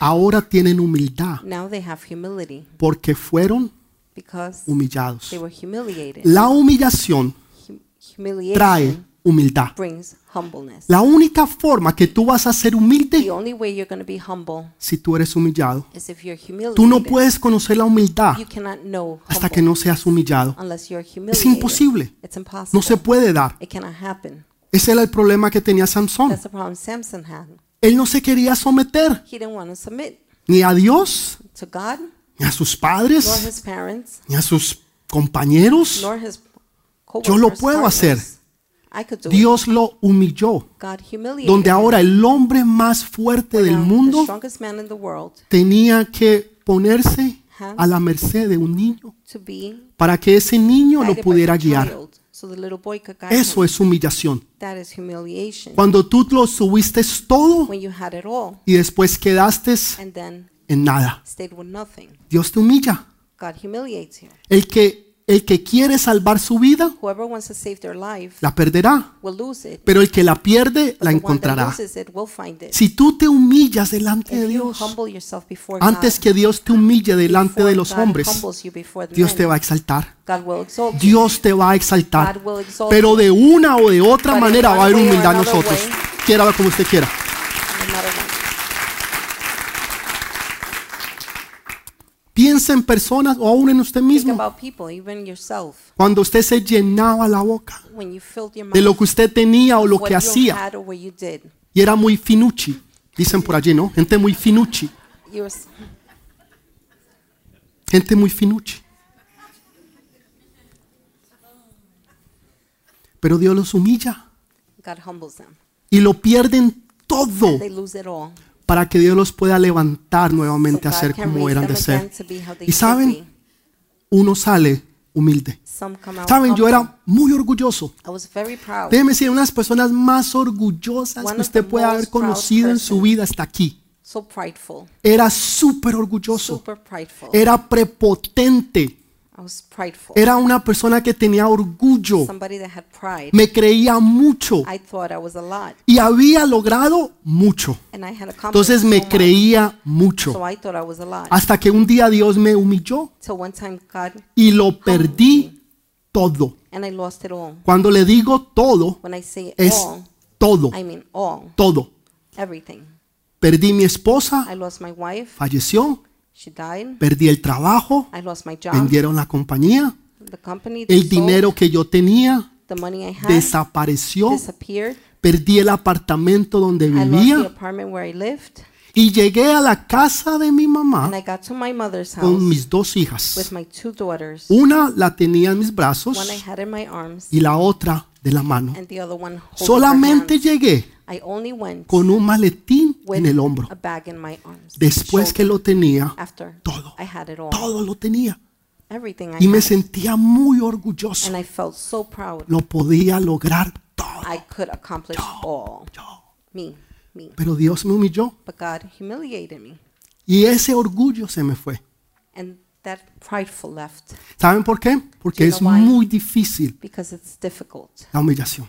Ahora tienen humildad
Now they have humility
porque fueron
because
humillados.
they were humiliated.
La humillación
Hum-
trae
Humiliation
humildad.
brings humbleness.
La única forma que tú vas a ser
The
humilde
only way you're going to be humble
si tú eres humillado.
is if you're humiliated.
Tú no puedes conocer la humildad
You cannot know
hasta
humble
que no seas humillado.
unless you're
Es
humiliated.
imposible.
It's impossible.
No se puede dar.
It cannot happen.
Ese era el problema que tenía Sansón.
That's the problem Samson had.
Él no se quería someter
He didn't want to submit
ni a Dios,
to God,
ni a sus
nor
padres,
his parents,
ni a sus compañeros.
nor his coworkers.
Yo lo puedo hacer.
partners. I could do
Dios lo humilló,
it. God humiliated
donde
him.
ahora el hombre más fuerte del
Now, the
mundo
strongest man in the world
tenía que ponerse a la merced de un niño
to be
para que ese niño lo
guided by
pudiera
the
guiar.
child, so the little boy could guide
Eso
him.
es humillación.
That is humiliation.
Cuando tú lo subiste todo
When you had it all
y después quedaste
and then
en nada.
stayed with nothing.
Dios te humilla.
God humiliates you.
El que, el que quiere salvar su vida,
Whoever wants to save their life
la perderá.
will lose it.
pero el que la pierde la
but the one that
encontrará.
loses it will find it.
Si tú te humillas delante de
If you
Dios,
humble yourself before
antes
God,
que Dios te humille delante
before
de los
God
hombres,
humbles you before the
Dios te
men,
va a exaltar.
God will exalt you.
Dios te va a exaltar.
God will exalt
Pero de una o de otra
But in
manera
one
va a haber
way or
humildad en
another
nosotros.
way.
Quiera como usted quiera.
no matter what.
Piensa en personas o aún en usted
Think
mismo.
about people, even yourself.
Cuando usted se llenaba la boca
When you filled your mouth
de lo que usted tenía o lo
what
que
you
hacía.
had or what you did,
Y era muy finucci. Dicen por allí, ¿no? Gente muy finucci.
you were s-
Gente muy finucci. Pero Dios los humilla
God humbles them.
y lo pierden todo
They lose it all.
para que Dios los pueda levantar
So
nuevamente a
God
ser
can
como
raise
eran
them
de
again
ser.
to be how they
¿Y
should
saben?
be.
Uno sale humilde.
Some come out
Saben, yo
humble.
era muy orgulloso.
I was very proud.
Déjeme decir, una de las personas más orgullosas
One
que
of
usted
the
puede
most
haber
proud
conocido en su
person.
vida hasta aquí.
so prideful,
Era súper orgulloso.
super prideful.
Era prepotente.
I was prideful.
Era una persona que tenía orgullo.
Somebody that had pride.
Me creía mucho.
I thought I was a lot,
y había logrado mucho.
and I had accomplished
Entonces
so
me
much.
creía
So
mucho.
I thought I was a lot.
Hasta que un día Dios me humilló
Till one time, God,
y lo perdí todo.
and I lost it all.
Cuando le digo todo,
When I say
es
all,
todo,
I mean all,
todo.
everything.
Perdí mi esposa,
I lost my wife.
falleció,
She died.
perdí el trabajo,
I lost my job.
vendieron la compañía,
The company. they
el
sold.
dinero que yo tenía,
the money I had
desapareció,
disappeared.
perdí el apartamento donde
I lost the
vivía
apartment where I lived,
y llegué a la casa de mi
and
mamá
I got to my mother's
Ah. con
house
mis dos
with
hijas.
my two daughters.
Una la tenía en mis
One I
brazos
had in my arms,
y la otra de la mano.
and the other one holding her
Solamente
hand.
llegué
I only went
con un maletín en el
with
hombro.
a bag in my arms.
Después que
shoulder.
lo tenía,
after
todo,
I had it all,
todo lo tenía.
everything I
Y me
had,
sentía muy orgulloso.
and I felt so proud.
Lo podía lograr todo.
I could accomplish all.
yo.
Me, me.
Pero Dios me humilló.
But God humiliated me,
Y ese orgullo se me fue.
and that prideful left
¿Saben por qué? Porque
Do you
es
know why?
muy difícil
because it's difficult.
la humillación.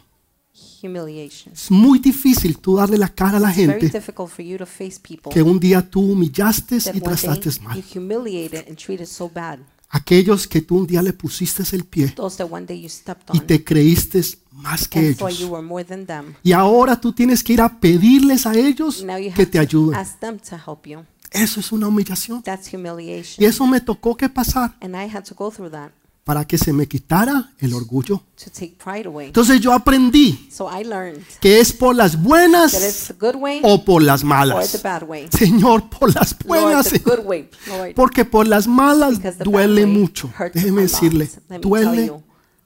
Humiliation.
Es muy difícil tú darle la cara a la
Very
gente
difficult for you to face people
que un día tú humillaste
that
y
one
trataste
day you
mal.
humiliated and treated so bad.
Aquellos que tú un día le pusiste el pie
Those that one day you stepped
y
on
te creíste más que
and thought you
ellos.
were more than them.
Y ahora tú tienes que ir a pedirles a ellos
Now you
que
have
te
to
ayuden.
ask them to help you.
Eso es una humillación.
That's
Y
humiliation.
eso me tocó que pasar
And I had to go through that
para que se me quitara el orgullo.
to take pride away.
Entonces yo aprendí
So I learned
que es por las
that it's
buenas
the good way
o por Oh, las
or the
malas.
bad way.
Señor, por las
Lord,
buenas,
the
Señor.
good way, Lord.
Porque por las malas
Because the bad
duele
way
mucho.
hurts
Déjeme
a lot.
decirle,
Let me tell
duele
you.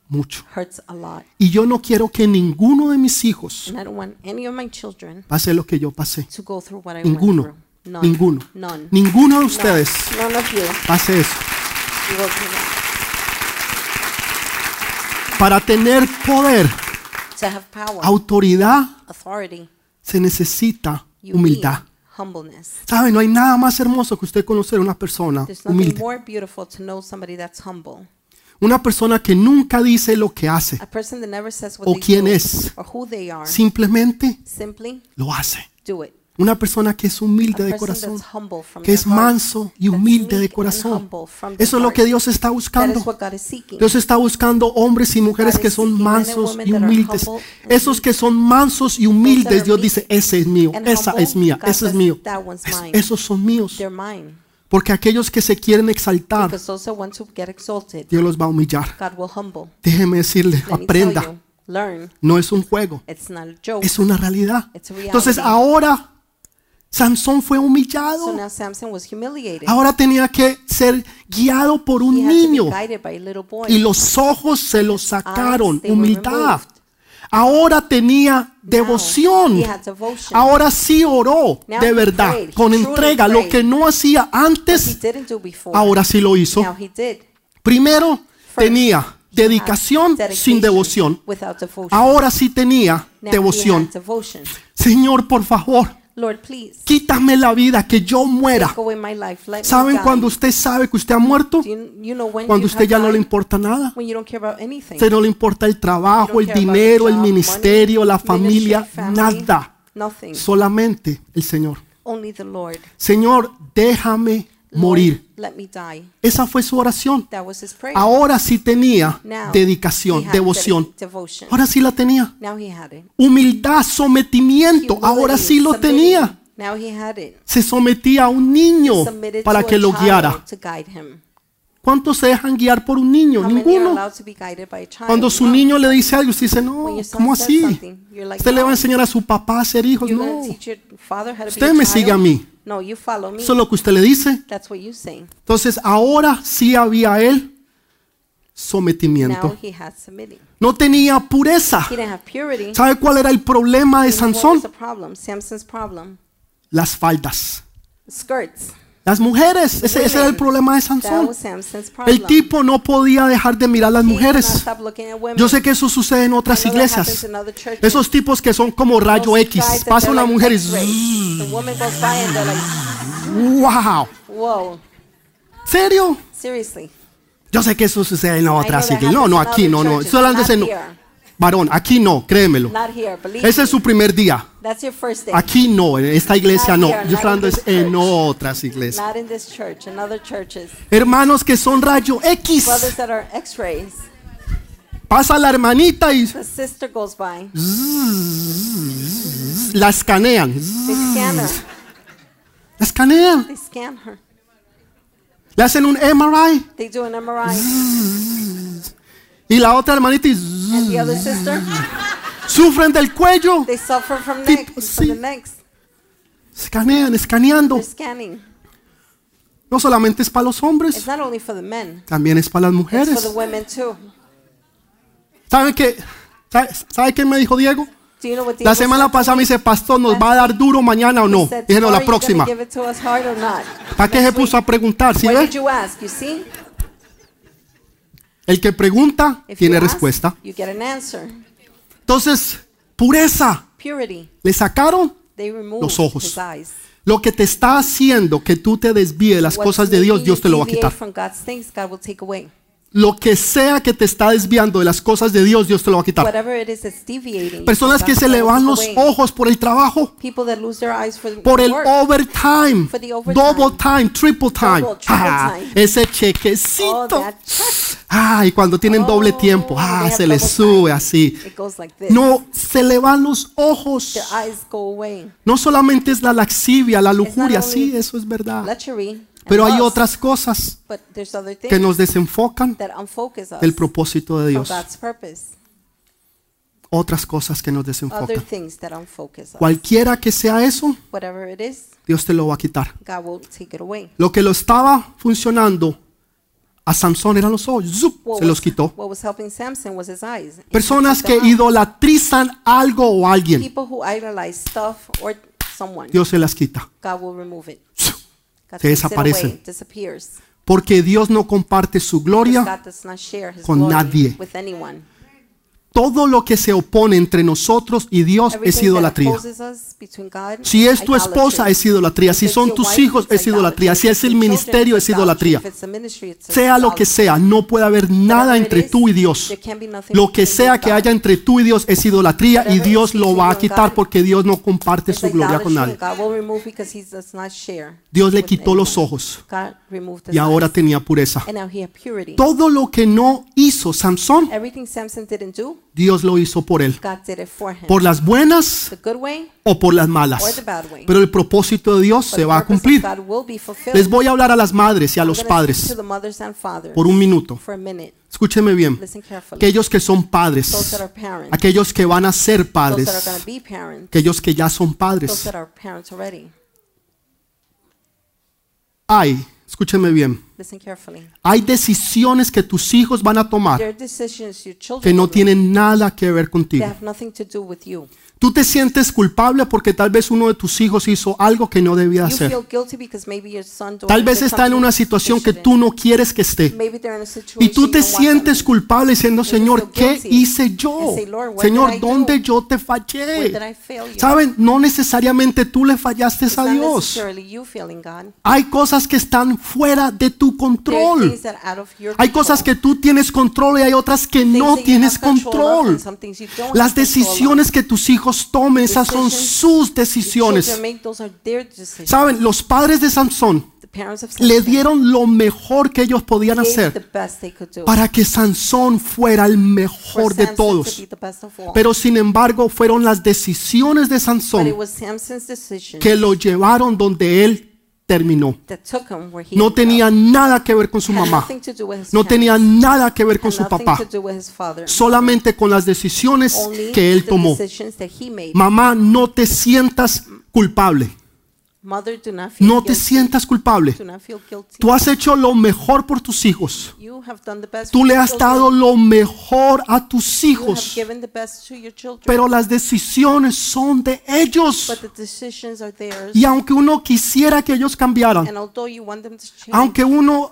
mucho.
Hurts a lot.
Y yo no quiero que ninguno de mis hijos
And I don't want any of my children
pase lo que yo pasé.
to go through what I went
Ninguno.
through. None.
Ninguno.
None.
Ninguno de
None.
ustedes
None of you.
pase eso.
You go through that.
Para tener poder,
To have power,
autoridad,
authority,
se necesita
you
humildad.
need humbleness.
¿Sabe? No hay nada más hermoso que usted conocer a una persona
There's nothing
humilde.
more beautiful to know somebody that's humble.
Una persona que nunca dice lo que hace.
A person that never says what
O
they
quién
do
es.
or who they are.
Simplemente
Simply
lo hace.
do it.
Una persona que es
A
humilde de
person that's
corazón.
humble from
que
their
es
heart,
manso y
that's
humilde de
meek and
corazón.
humble from their
Eso es lo
heart.
que Dios está
That is
buscando.
what God is seeking.
Dios está buscando hombres y mujeres que son mansos y humildes. Esos que son mansos y humildes, Dios dice, ese es mío, esa es mía, ese es mío. Es- esos son míos.
They're mine.
Porque aquellos que se quieren exaltar,
Because those that want to get exalted,
Dios los va a humillar.
God will humble.
Déjeme decirle,
Let me tell
aprenda.
you, learn.
No es un juego,
It's not a joke.
es una realidad.
It's a reality.
Entonces ahora, Sansón fue
So
humillado.
now Samson was humiliated.
Ahora tenía que ser guiado por
He
un
had to be
niño.
guided by a little boy.
y los ojos se los sacaron,
Eyes, they were
humildad.
removed.
Ahora tenía devoción.
he had devotion.
Ahora sí oró
Now
de
he
verdad,
prayed. He
con
truly
entrega, lo
prayed.
que no hacía
He
antes,
didn't do before.
ahora sí lo hizo.
Now he did.
Primero
First,
tenía dedicación sin
Dedication
devoción.
Without devotion.
Ahora sí tenía
Now He
devoción.
had devotion.
Señor, por favor,
Lord, please.
quítame la vida, que yo muera.
Take away my life. Let me
¿Saben
die.
cuando usted sabe que usted ha muerto?
Do you, you know when
Cuando
you
usted
have
ya no le
died?
importa nada.
When you don't care about anything.
Usted no le importa el trabajo, el
You don't care about
dinero, el
job,
ministerio,
money,
la familia,
ministry, family,
nada.
Nothing.
Solamente el Señor.
Only the Lord.
Señor, déjame morir.
Lord, let me die.
Esa fue su oración.
That was his prayer.
Ahora sí tenía
Now, he
dedicación,
had
devoción.
dedi- devotion.
Ahora sí la tenía.
Now he had it.
Humildad, sometimiento.
Humility,
Ahora sí lo
submitting.
tenía.
Now he had it.
Se sometía a un niño
Submitted
para
to
que
a
lo
child
guiara.
To guide him.
¿Cuántos se dejan guiar por un niño?
How many are
Ninguno.
allowed to be guided by a child?
Cuando su
No.
niño le dice algo, usted dice, no,
When your son
¿cómo
says
así?
something, you're like,
Usted le va a
"No,
enseñar a su papá a ser hijos.
you're
Pues No,
gonna teach your father how to be
Usted
a
me
child?
sigue a mí.
No, you follow me.
Eso es lo que usted le dice.
That's what you say.
Entonces ahora sí había él
Now
sometimiento.
he had submitting.
No tenía pureza.
He didn't have purity.
¿Sabe cuál era el problema de
You know What
Sansón?
was the problem? Samson's problem.
Las faldas.
Skirts.
Las mujeres. Ese, ese era el problema de
That
Sansón.
was Samson's problem.
El tipo no podía dejar de mirar las
He could not
mujeres.
stop looking at women.
Yo sé que eso sucede en
I
otras
know that happens
iglesias.
in other churches.
Esos tipos que son como rayo
Those
X.
guys that
Pasa
they're
una
like
mujer y
X-ray. The woman goes by and they're like,
¡Wow!
whoa,
¿Serio?
seriously.
Yo sé que eso sucede en
I know
otras
that
iglesias. No, no,
happens in
aquí
other
no, no.
churches.
Estoy hablando de no.
Not here.
Varón, aquí no, créemelo.
Not here, believe
Ese es
me.
su primer día.
That's your first day.
Aquí no, en esta iglesia no. Yo estoy hablando es en otras iglesias.
Not in this church, in other churches.
Hermanos que son rayo
Brothers
X.
that are x-rays.
Pasa la hermanita y
The sister goes by.
zzzz, la escanean. zzzz,
They scan her.
La escanean.
They scan her.
Le hacen un MRI
They do an MRI.
y la otra hermanita y zzzz,
And the other sister,
Sufren del cuello.
they suffer from neck,
Tipo,
from the
sí.
necks.
Escanean, escaneando.
They're scanning.
No solamente es para los
It's
hombres,
not only for the men.
también es para las
It's for
mujeres.
the women too.
¿Saben qué? ¿Sabe, sabe qué me dijo Diego?
Do you know what
La
Diego
semana pasada me dice, pastor, ¿nos va a dar duro mañana o no?
said? He
Dije, no,
"Are
la
you gonna
próxima.
give it to us hard or not?
¿Para qué se puso a preguntar? ¿Sí
Why
ve?
did you ask? You see?
El que pregunta
If
tiene
you ask,
respuesta.
You get an answer.
Entonces, pureza.
Purity.
Le sacaron
They remove
Los ojos.
his eyes.
lo que te está haciendo que tú te desvíes de las
What's
cosas de
making
Dios,
you
Dios te lo va a
deviate
quitar.
From God's things, God will take away.
Lo que sea que te está desviando de las cosas de Dios, Dios te lo va a quitar.
Whatever it is that's deviating.
Personas
from
que
God,
se le
God will
van
take
los
away.
ojos por el trabajo,
People that lose their eyes for
por el
work.
overtime,
For the overtime.
double time, triple time.
Double, triple
Ah,
time.
ese
Oh,
chequecito.
that check.
Ah, y cuando tienen doble
Oh,
tiempo, ah,
they
se
have
les
double time.
sube así.
It goes like this.
No, se le van los ojos.
Their eyes go away.
No solamente es la laxivia, la lujuria,
only-
sí, eso es verdad.
Lechery. and
Pero hay
lust.
otras cosas
But there's other
que
things
nos desenfocan
that unfocus us
del propósito de
from
Dios.
God's purpose.
Otras cosas que nos
Other
desenfocan.
things that unfocus us.
Cualquiera que sea eso,
Whatever it is,
Dios te lo va a quitar.
God will take it away.
Lo que lo estaba funcionando a Sansón eran los ojos. ¡zup!
What
Se los
was,
quitó.
what was helping Samson was his eyes. And he
Personas
took
que
them out.
idolatrizan algo o alguien,
people who idolize stuff or someone,
Dios se las quita.
God will remove it.
¡Zup!
God
Se
takes it away,
desaparecen.
disappears.
Porque Dios no comparte su
Because
gloria.
God does not share his
con
glory
nadie.
with anyone.
Todo lo que se opone entre nosotros y Dios es
Everything that
idolatría.
opposes us between God,
Si es tu
idolatry.
esposa es idolatría, si
If
son
your
tus
wife,
hijos
it's
es idolatría,
idolatry.
si es el
If your
ministerio
children,
es
it's idolatry.
idolatría.
If it's a ministry, it's
Sea lo que
idolatry.
sea, no puede haber nada
Whatever
entre
it is,
tú y Dios.
there can be nothing
Lo que
between you
sea
and
que
God.
haya entre tú y Dios es idolatría y
Whatever
Dios
is
lo va a
between you and
quitar
God,
porque Dios no comparte
It's
su gloria con
idolatry Pues,
nadie.
and God will remove because he does not share
Dios le
with
quitó los
anyone.
ojos
God removed his
y ahora
eyes.
tenía pureza.
And now he had purity.
Todo lo que no hizo Sansón,
Everything Samson didn't do,
Dios lo hizo por él.
God did it for him.
Por las buenas
the good way,
o por las malas. Pero el propósito de Dios
but
se
the
va a
purpose of
cumplir.
God will be fulfilled.
Les voy a hablar a las madres y a
I'm
los
gonna speak to
padres
the mothers and fathers
por un minuto.
for a minute.
Escúcheme bien.
Listen carefully.
Aquellos que son
Those
padres,
that are parents,
aquellos que van a ser
those
padres,
that are going to be parents,
aquellos que ya son
those
padres.
that are parents already.
Hay, escúcheme bien,
Listen carefully.
hay decisiones que tus hijos van a tomar
There are decisions your children
Ah, que no
will make
tienen nada que ver
that
contigo.
have nothing to do with you.
Tú te sientes culpable porque tal vez uno de tus hijos hizo algo que no debía
You
hacer.
feel guilty because maybe your son daughter
Ah, Tal vez
did
está en
something
una
they
situación que
shouldn't.
tú no quieres que esté.
Maybe they're in a situation
Y tú te
you don't want them
sientes
in.
culpable diciendo, Señor, ¿qué hice yo? Señor, ¿dónde yo te
Where did
fallé?
I fail you?
Saben, no necesariamente tú le fallaste
It's
a
not
Dios.
necessarily you failing God.
Hay cosas que están fuera de tu
There are
control.
things that are out of your
Hay cosas
control.
que tú tienes control y hay otras que
Things
no
that you
tienes
have control of
control.
and some things you don't
Las
have control of.
decisiones que tus hijos tomen, esas son sus
Your children
decisiones.
make those are their decisions.
Saben, los padres de Sansón
The parents of
le
Samson
dieron lo mejor que ellos podían
gave the
hacer
best they could do
para que Sansón fuera el
for
mejor de
Samson to
todos.
be the best of all.
Pero sin embargo, fueron las decisiones de
But it
Sansón
was Samson's decision
que lo llevaron donde él terminó.
that took him where he
No
ended up.
tenía nada que ver con su
Had
mamá.
nothing to do with his
No tenía
parents.
nada que ver con
Had
su
nothing
papá.
to do with his father.
solamente con las decisiones
Only
que él
the
tomó.
decisions that he made.
Mamá, no te sientas culpable.
Mother, do not feel
No te
guilty.
sientas culpable.
Do not feel guilty.
Tú has hecho lo mejor por tus hijos.
You have done the best
Tú
for
le
your
has
children.
dado lo mejor a tus
You have
hijos.
given the best to your children.
Pero las decisiones son de ellos.
but the decisions are theirs.
Y aunque uno quisiera que ellos cambiaran,
and although you want them to change,
aunque uno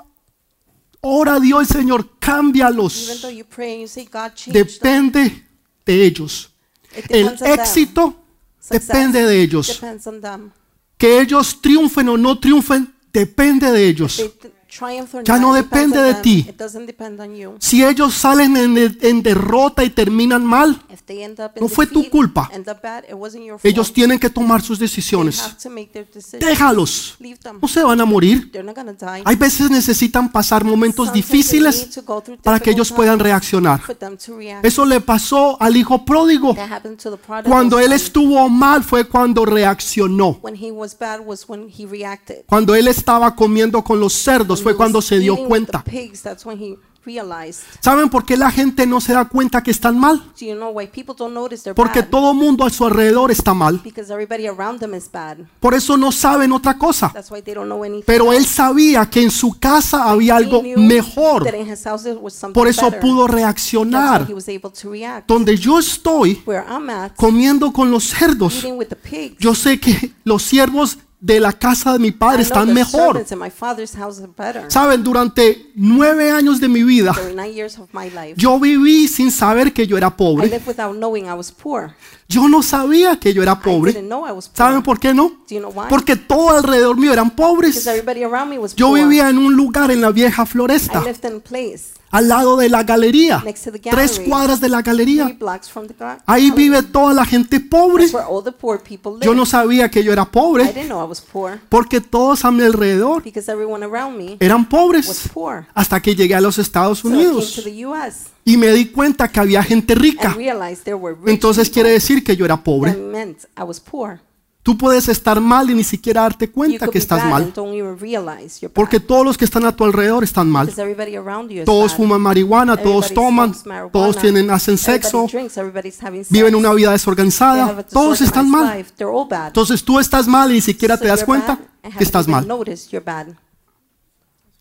ora a Dios, Señor,
even though
cámbialos,
you pray and you say, God, change them.
depende de ellos.
It
El
depends on them.
éxito
Success
depende de ellos.
Depends on them.
que ellos triunfen o no triunfen depende de ellos.
They t- triumph or
Ya
not,
no
it depends
depende
on
de
them.
ti.
It doesn't depend on you.
Si ellos salen en, en derrota y terminan mal,
If they end up in
No fue tu
defeat,
culpa.
End up bad, it wasn't your fault.
ellos tienen que tomar sus
They
decisiones.
have to make their decisions.
Déjalos.
Leave them.
No se van a morir.
They're not gonna die.
Hay veces necesitan pasar momentos
Sometimes they need
difíciles
to go through
para que ellos
difficult
puedan
times
reaccionar.
for them to react.
Eso le pasó al hijo pródigo.
That happened to the prodigal
Cuando él
son.
estuvo mal fue cuando reaccionó.
when he was bad was when he reacted.
Cuando él estaba comiendo con los cerdos
When
fue
he
cuando
was
se dio
eating with the
cuenta.
pigs, that's when he realized.
¿Saben por qué la gente no se da cuenta que están mal?
Do you know why people don't notice they're
Porque
bad?
todo mundo a su alrededor está mal.
Because everybody around them is bad.
Por eso no saben otra cosa.
That's why they don't know anything.
Pero él sabía que en su casa había
He
algo
knew that
mejor.
in his house there was something
Por eso
better.
pudo
That's why
reaccionar.
he was able to react.
Donde yo estoy
Where I'm at,
comiendo con los cerdos,
eating with the pigs,
yo sé que los siervos de la casa de mi
I know
padre están
the
mejor.
servants in my father's house are better.
Saben, durante nueve años de mi vida,
During nine years of my life,
yo viví sin saber que yo era
I
pobre.
lived without knowing I was poor.
Yo no sabía que yo era
I
pobre.
didn't know I was poor.
¿Saben por qué no?
Do you know why?
Porque todo alrededor mío eran pobres.
Because everybody around me was
Yo
poor.
vivía en un lugar en la vieja
I
floresta,
lived in a place
al lado de la galería,
Next to the gallery.
tres cuadras de la
three
galería.
blocks from the gar-
Ahí vive toda la gente pobre.
That's where all the poor people live.
Yo no sabía que yo era
I
pobre
didn't know I was poor
porque todos a mi alrededor
because everyone around me
eran
was
pobres
poor.
hasta que llegué a los Estados
So I came to
Unidos
the U.S.
y me di cuenta que había gente
and
rica.
realized there were rich
Entonces quiere decir que yo era
that
pobre.
meant I was poor.
Tú puedes estar mal y ni siquiera darte
You
cuenta
could
que
be
estás
bad
mal
and don't even realize you're bad
porque todos los que están a tu alrededor están mal.
because everybody around you is
Todos
bad.
fuman marihuana, todos
Everybody
toman,
smokes marijuana.
todos tienen, hacen
Everybody
sexo,
drinks, everybody's having sex.
viven una vida
They have
desorganizada,
a
Ah, todos están
disorganized
mal.
life. They're all bad.
Entonces tú estás mal y ni siquiera
So
te das
you're
cuenta
bad and
que
haven't
estás
even
mal
noticed you're bad.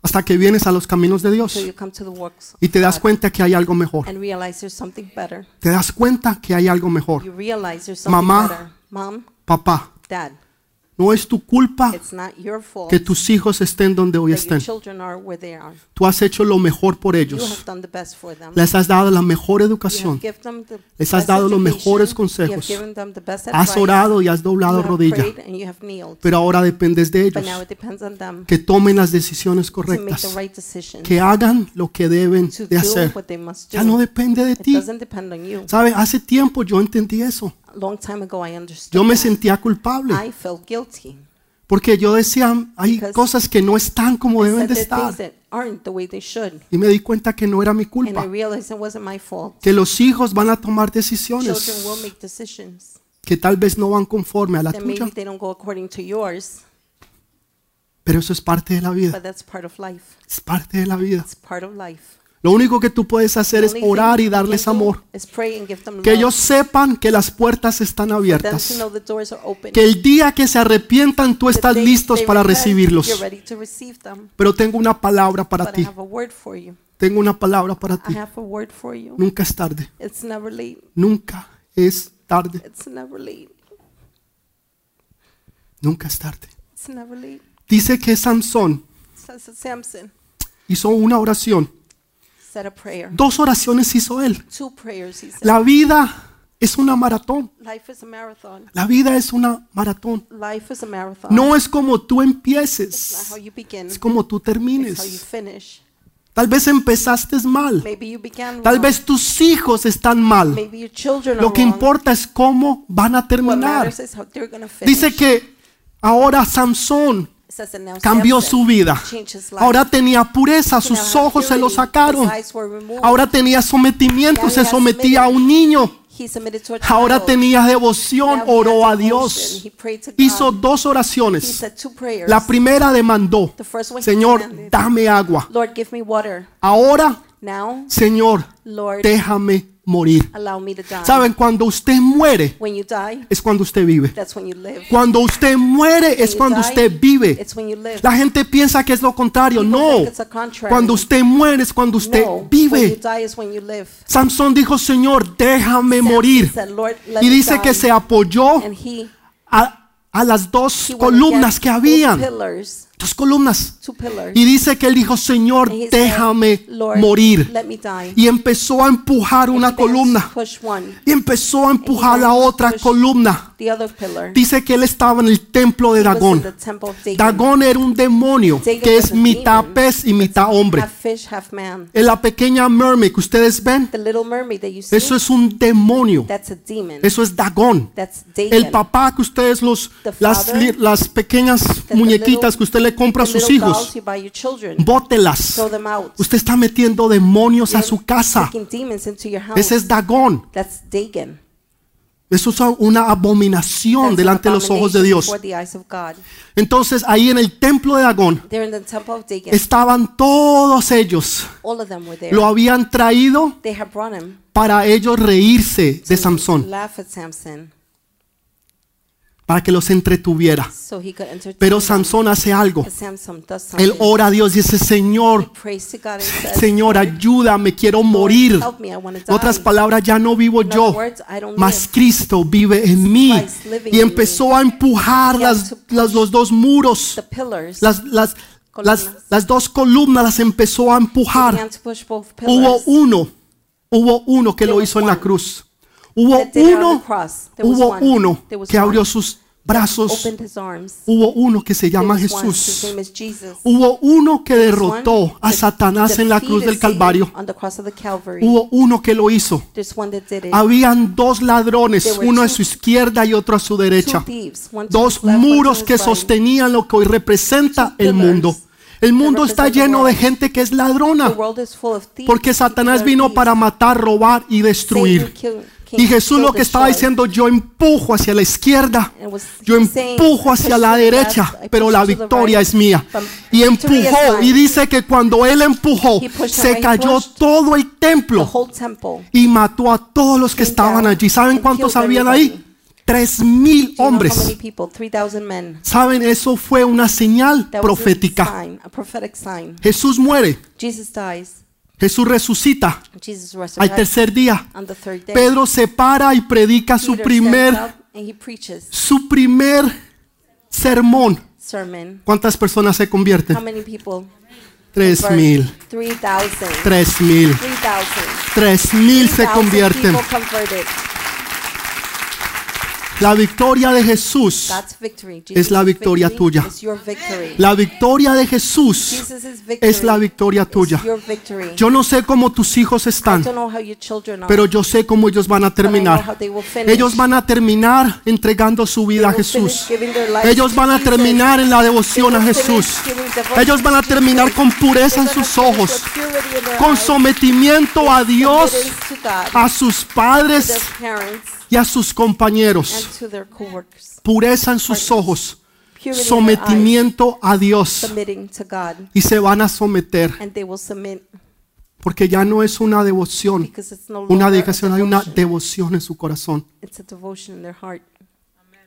hasta que vienes a los caminos de
So you
Dios
come to the works
y te
of
das
God
cuenta que hay algo mejor.
and realize there's something better.
Te das cuenta que hay algo mejor.
You realize there's something
Mamá.
better. Mom,
Papá,
dad,
no es tu culpa
it's not your fault
Ah, que tus hijos estén donde hoy
that your
estén.
children are where they are.
Tú has hecho lo mejor por
You
ellos.
have done the best for them.
Les has dado la mejor
You have
educación.
given them the
Les has
best
dado los
education.
mejores
You have
consejos.
given them the best
Has
advice.
orado y has
You
doblado
have
rodilla.
prayed and you have kneeled.
Pero ahora dependes de
But now
ellos.
it depends on them
Que tomen las decisiones
to make the
correctas.
right decision.
Que hagan lo que deben
to
de
do
hacer.
what they must do.
Ya no depende de
It
ti.
doesn't depend on you.
¿Sabe? Hace tiempo yo entendí eso.
A long time ago, I understood.
Yo me
that.
sentía culpable.
I felt guilty.
Porque yo decía, hay
Because
cosas que no están como
I
deben
said
de
the things
estar.
that aren't the way they should.
Y me di cuenta que no era mi
And I
culpa.
realized it wasn't my fault.
Que los hijos van a tomar
Children will
decisiones
make decisions
que tal vez no van conforme a la
that maybe
tuya.
they don't go according to yours,
Pero eso es parte de la vida.
but that's part of life.
Es parte de la vida.
It's part of life.
Lo único que tú puedes hacer es
Only thing
orar y
you can
darles
do
amor.
is pray and give them
Que
love.
ellos sepan que las puertas están
For them to
abiertas.
know the doors are open.
Que el día que se arrepientan tú
The
estás
day
listos
they
para
repent,
recibirlos.
You're ready to receive them.
Pero tengo una palabra para
But I
ti.
have a word for you.
Tengo una palabra para
I
ti.
have a word for you.
Nunca es tarde.
It's never late.
Nunca es tarde.
It's never late.
Nunca es tarde.
It's never late.
Dice que Sansón
Says that Samson
hizo una oración.
said a prayer.
Dos oraciones hizo él.
Two prayers he said.
La vida es una maratón.
Life is a marathon.
La vida es una maratón.
Life is a marathon.
No es como tú
Ah. It's not
empieces.
how you begin.
Es como tú
It's how you
termines.
finish.
Tal vez empezaste mal.
Maybe you began
Tal
wrong.
vez tus hijos están mal.
Maybe your children are
Lo que
wrong.
importa es cómo van a
What
terminar.
matters is how they're going to finish.
Dice que ahora Sansón
It says that now
cambió
Samson
su vida.
changed his life.
Ahora tenía pureza,
He now
sus
had
ojos se
purity.
lo sacaron.
His eyes were removed.
Ahora tenía sometimiento, se sometía a un niño.
He submitted to a
Ahora
child.
tenía devoción,
Now he
oró
had
a
devotion.
Dios.
He prayed to God.
Hizo dos
He
oraciones.
said two prayers.
La primera demandó,
The first one he
Señor,
demanded.
dame agua.
Lord, give me water.
Ahora,
Now,
Señor,
Lord,
déjame morir.
allow me to die.
Saben, cuando usted muere
When you die,
es cuando usted vive.
that's when you live.
Cuando usted muere es
you
cuando
die,
usted vive.
It's when you live.
La gente piensa que es lo contrario.
People
No.
think it's a contrary.
Cuando usted muere es cuando usted
no, when you
vive.
die is when you live.
Samson dijo, Señor, déjame morir.
Said, Lord, let
Y
me
dice
die.
que se apoyó
And he,
a, a las dos
he went
columnas
against
que
two
habían.
Pillars,
Dos columnas.
two pillars.
Y dice que él dijo, Señor,
And he said,
déjame
Lord,
morir.
Let me die.
Y empezó a empujar una
And he began to
columna.
Push one,
Y empezó a empujar
began
la
to
otra
push
columna.
the other pillar.
Dice que él estaba en el templo de
He was in
Dagón.
the temple of Dagon.
Dagón era un demonio
Dagon
que
was
es
a
mitad
demon.
pez y mitad hombre.
Half fish, half man.
En la pequeña mermaid que ustedes ven,
The little mermaid that you see,
eso es un demonio.
that's a demon.
Eso es Dagón.
that's
El
Dagon.
papá que ustedes los
The
las,
father,
li- las pequeñas
the
muñequitas
little-
que usted le compra a
The
sus
little dolls
hijos,
you buy your children.
bótelas.
Throw them out.
Usted está metiendo demonios a
You're
su casa.
taking demons into your house.
Ese es Dagón.
That's Dagon.
Eso es una abominación
That's
delante de
an
los ojos de
abomination
Dios.
before the eyes of God.
Entonces ahí en el templo de Dagón
They're in the temple of Dagon.
estaban todos ellos.
All of them were there.
Lo habían traído
They had brought him
para ellos reírse de
to
Samson,
laugh at Samson
para que los entretuviera.
so he could entertain
Pero
them.
Samson hace algo.
But Samson does something.
Él ora a Dios y dice, Señor,
He prays to God and says,
Señor, ayúdame, quiero
"Lord,
morir.
help me, I wanna die."
Otras palabras, ya no vivo
In
yo,
other words, I don't
mas
live.
Cristo vive en mí.
Christ living
Y
in
empezó a empujar
He had
las-
to push
las- los dos muros,
The pillars.
las, las,
Columnas.
las- las dos columnas las empezó a
He
empujar.
began to push both
Hubo
pillars.
uno, hubo uno que
There
lo
was
hizo en la
one
cruz. Hubo
that did it on the
uno,
cross. There was
hubo
one.
uno
There was
que abrió
one
sus brazos.
Opened his arms.
Hubo uno que se
There
llama
was one. His
Jesús.
name is Jesus.
Hubo uno que
There was
derrotó
one
a
that
Satanás en la cruz
defeated
del
Satan
Calvario.
on the cross of the Calvary.
Hubo uno que lo hizo.
There's one that did it.
Habían dos ladrones,
There were
uno a
two-
su izquierda y otro a su derecha.
Two thieves, one to
Dos
his left, one to
muros
his
que
right.
sostenían lo que hoy representa
Two
el
pillars
mundo. El mundo está
represent the
lleno de
world.
gente que es
The
ladrona,
world is full of thieves,
porque
people
Satanás
are
vino
thieves.
para matar, robar y destruir.
Satan kill- came
Y
to
Jesús
kill,
lo que estaba
destroy.
diciendo, yo empujo hacia la izquierda,
And was
yo
saying,
empujo
"I
hacia
push
la
to the left,
derecha,
I
pero
push
la
to the
victoria
right,
es mía.
but
Y
victory is
empujó
mine.
y dice que cuando él empujó,
He pushed and
se
I
cayó
pushed.
todo el
The
templo
whole temple.
y mató a todos los que
Came
estaban
down
allí. ¿Saben
and
cuántos
killed
habían
everybody.
ahí? Tres mil
Do you know how many
hombres.
people? 3,000 men.
¿Saben? Eso fue una señal
That was a
profética.
sign, a prophetic sign.
Jesús muere,
Jesus dies.
Jesús resucita
Jesus
al
resurrects
tercer día.
on the third day.
Pedro se para y predica su
Peter
primer,
stands up and he preaches
su primer sermón.
sermon.
¿Cuántas personas se
How
convierten?
many people?
Tres mil,
3,000.
tres mil,
3,000.
tres mil se
3,000
convierten.
people converted.
La victoria de Jesús,
That's victory.
Es la
Jesus'
victoria
victory
tuya.
is your victory.
la victoria de Jesús
Jesus' victory
es la victoria
is
tuya.
your victory.
Yo no sé cómo tus hijos
I
están,
don't know how your children are,
pero yo sé cómo ellos van a
but I know how
terminar.
they will finish.
Ellos van a terminar entregando su vida a
They will finish
Jesús.
giving their lives
Ellos
to
van a
Jesus.
terminar en la devoción a
They will
Jesús.
finish giving their lives
Ellos van a
to Jesus.
terminar con pureza en
They're gonna
sus
finish with
ojos,
purity in their
con
eyes,
sometimiento a Dios,
submitting to God,
a sus
to their
padres
parents,
y a sus
and
compañeros.
to their coworkers.
Pureza en sus ojos,
Purity in their eyes,
sometimiento a Dios.
submitting to God,
Y se van a someter,
and they will submit
porque ya no es una devoción,
because it's no
una
longer a
dedicación, hay una
devotion.
devoción en su corazón.
It's a devotion in their heart.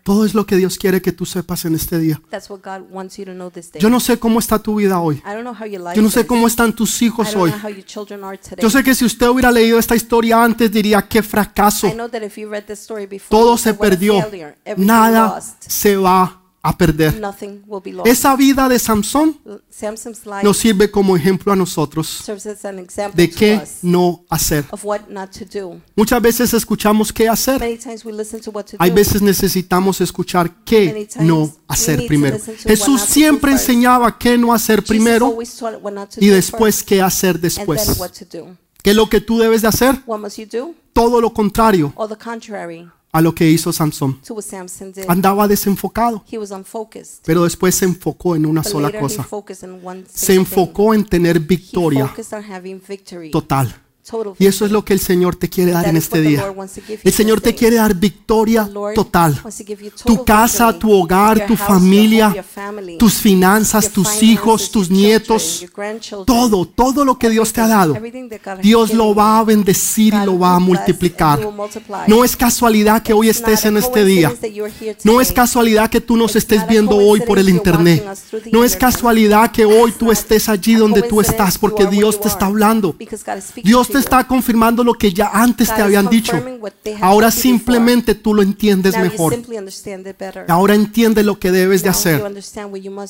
Todo es lo que Dios quiere que tú sepas en este día.
That's what God wants you to know this day.
Yo no sé cómo está tu vida hoy.
I don't know how your life
Yo no sé
is.
cómo están tus
I
hijos
don't know
hoy.
how your children are today.
Yo sé que si usted hubiera leído esta historia antes diría qué fracaso.
I know that if you read this story before,
Todo
you
se
said, "What a
perdió.
failure. Everything
Nada
lost.
se va a perder.
Nothing will be lost.
Esa vida de Samson
Samson's life
nos sirve como ejemplo a nosotros
serves as an example
de
to
qué
us
no hacer.
of what not to do.
Muchas veces escuchamos qué hacer.
Many times we listen to what to
Hay
do.
veces necesitamos escuchar qué no hacer primero. Jesús siempre enseñaba qué no hacer
Jesus
primero
always taught what not to
y
do
después
first,
qué hacer
and
después.
then what to do.
¿Qué es lo que tú debes de hacer?
What must you do?
Todo lo contrario
Or the contrary
a lo que hizo Samson.
to what Samson did.
Andaba desenfocado,
He was unfocused.
pero después se enfocó en una
But
sola
later he
cosa.
focused on one
Se
single thing.
enfocó en tener
He
victoria
focused on having victory.
total.
Total
Y eso es lo que el Señor te quiere dar en este día. El Señor te quiere dar victoria total. Tu casa, tu hogar, tu familia, tus finanzas, tus hijos, tus nietos, todo, todo lo que Dios te ha dado. Dios lo va a bendecir y lo va a multiplicar. No es casualidad que hoy estés en este día. No es casualidad que tú nos estés viendo hoy por el internet. No es casualidad que hoy tú estés allí donde tú estás porque Dios te está hablando. Dios te está confirmando lo que ya antes te habían dicho. Ahora simplemente tú lo entiendes mejor. Ahora entiende lo que debes de hacer.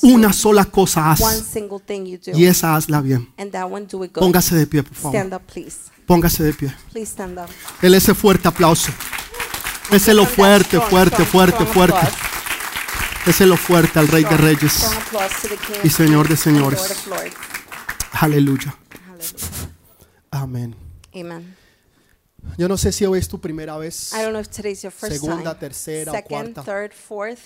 Una sola cosa
One
haz
single thing you do.
y esa hazla bien.
And that one do it good.
Póngase de pie, por favor.
Stand up, please.
Póngase de pie.
Please stand up.
Él ese fuerte aplauso. Ese lo
Give them that
fuerte,
strong,
fuerte,
strong,
fuerte,
strong
fuerte.
applause.
Ese lo fuerte al Rey de
Strong,
Reyes.
strong applause to the King
y
of
Señor de
Kings and Lord
señores.
of Lords.
Aleluya.
Hallelujah.
Amén.
Amen.
Yo no sé si hoy es tu primera vez.
I don't know if today's your first
Segunda,
time.
tercera o
Second,
cuarta.
third, fourth.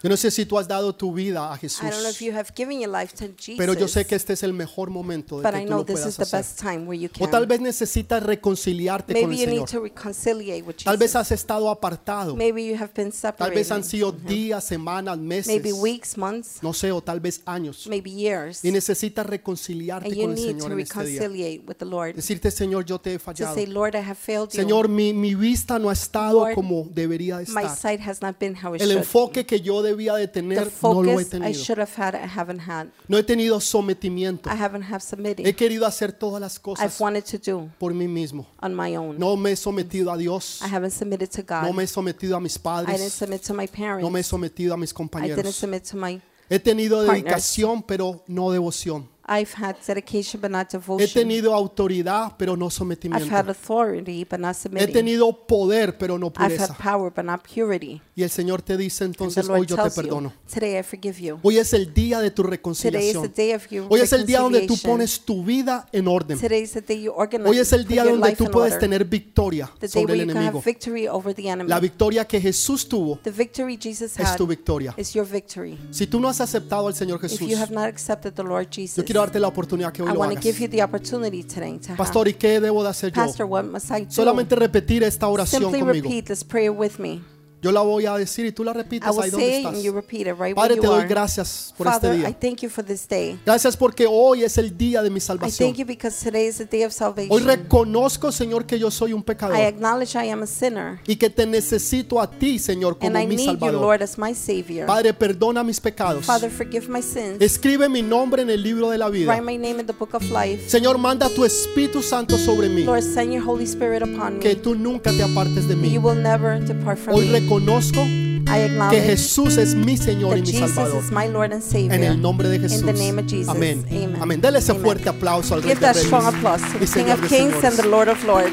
Yo no sé si tú has dado tu vida a Jesús,
I don't know if you have given your life to Jesus.
pero yo sé que este es el mejor momento de
but I
que tú
know
lo
this is
puedas
the
hacer.
best time where you can.
O tal vez necesitas reconciliarte con
Maybe
el
you need
Señor.
to reconciliate with Jesus.
Tal vez has estado apartado.
Maybe you have been
Tal
separated.
vez han sido días, semanas, meses.
Maybe weeks, months,
No sé, o tal vez años.
maybe years.
Y necesitas
And
reconciliarte
you
con el
need to
Señor en este día.
reconciliate with the Lord.
Decirte, Señor, yo te he
To
fallado.
say, Lord, I have failed you.
Señor, mi, mi vista no ha estado
Lord,
como debería de
My
estar.
sight has not been how it
El
should.
enfoque que yo debía de
the
tener no lo he
focus I
tenido.
should have had, I haven't had.
No he tenido sometimiento.
I haven't have
He
submitted.
querido hacer todas las
I've
cosas
wanted to do
por mí mismo.
on my own.
No me he sometido a Dios.
I haven't submitted to God.
No me he sometido a mis
I didn't
padres.
submit to my parents.
No me he sometido a mis
I didn't
compañeros.
submit to my.
He tenido
partners.
dedicación, pero no devoción.
I've had dedication, but not
He
devotion.
tenido autoridad, pero no
I've had
sometimiento.
authority, but not
He
submitting.
tenido poder, pero no
I've had
pureza.
power, but not purity.
Y el Señor te dice
And the
entonces, hoy
Lord
yo te
tells you,
perdono.
today I forgive you.
Hoy es el día de tu
Today is the
reconciliación.
day of your
Hoy es el día donde tú
reconciliation.
pones tu vida en orden.
Today is the day you organize.
Hoy es el
put
día
your
donde
life
tú
in
puedes
order.
tener victoria
The day
sobre el
where you can have
enemigo.
victory over the enemy.
La victoria que Jesús tuvo
the victory
es
Jesus had
tu victoria.
is your victory.
Si tú no has aceptado al Señor
If
Jesús,
you have not accepted the Lord Jesus,
yo quiero darte la oportunidad que hoy
I
lo
want to
hagas.
give you the opportunity today to
Pastor, ¿y qué debo de hacer
have.
yo?
Pastor, what must I do?
Solamente repetir esta oración
Simply
conmigo.
repeat this prayer with me.
Yo la voy a decir y tú la
I
repitas
will
ahí donde
say it and you
estás.
repeat it right
Padre,
where
te
you
doy
are.
gracias por este
Father, I
día.
thank you for this day.
Gracias porque hoy es el día de mi
I
salvación.
thank you because today is the day of
Hoy
salvation.
reconozco, Señor, que yo soy un
I
pecador
acknowledge I am a sinner
y que te necesito a ti, Señor,
and I
como mi
need you,
Salvador.
Lord, as my Savior.
Padre, perdona mis pecados.
Father, forgive my sins.
Escribe mi nombre en el libro de la vida.
Write my name in the book of life.
Señor, manda tu Espíritu Santo sobre mí,
Lord, send your Holy Spirit upon
que
me.
tú nunca te apartes de mí.
You will never depart from
Hoy reconozco
me. I
que
acknowledge
Jesús es mi Señor y
that
mi
Jesus
Salvador.
is my Lord and Savior.
En el nombre de
In
Jesús.
the name of Jesus.
Amén.
Amen.
Amén. Dele ese
Amen.
fuerte aplauso al Rey
Give
de
that strong
Reyes
applause to
y
the King
Señor
of
de
Kings and the
Señores.
Lord of Lords.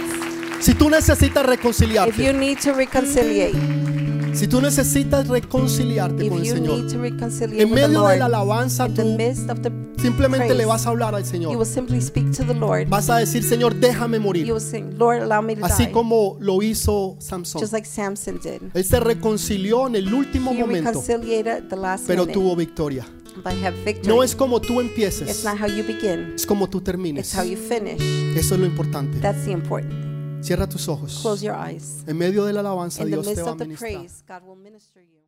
Si tú necesitas
If you
reconciliarte,
need to reconciliate,
si tú necesitas reconciliarte
if
con Mm, el
you need
Señor,
to reconciliate
en
with the
medio de la
Lord,
alabanza
in the
tú
midst of the
simplemente le
praise,
vas a hablar al
you
Señor.
will simply speak to the Lord.
Vas a decir, Señor, déjame
You
morir.
will sing, Lord, allow me to
Así
die.
como lo hizo Samson.
Just like Samson did.
Él se reconcilió en el último
He
momento,
reconciliated at the last
pero
minute,
tuvo victoria.
but have victory.
No es como tú
It's
empieces,
not how you begin,
es como tú
it's
termines.
how you finish.
Eso es lo importante.
That's the important.
Cierra tus ojos.
Close your eyes.
En medio de la alabanza,
In the
Dios te
midst
va a
of the
ministrar.
praise, God will minister you.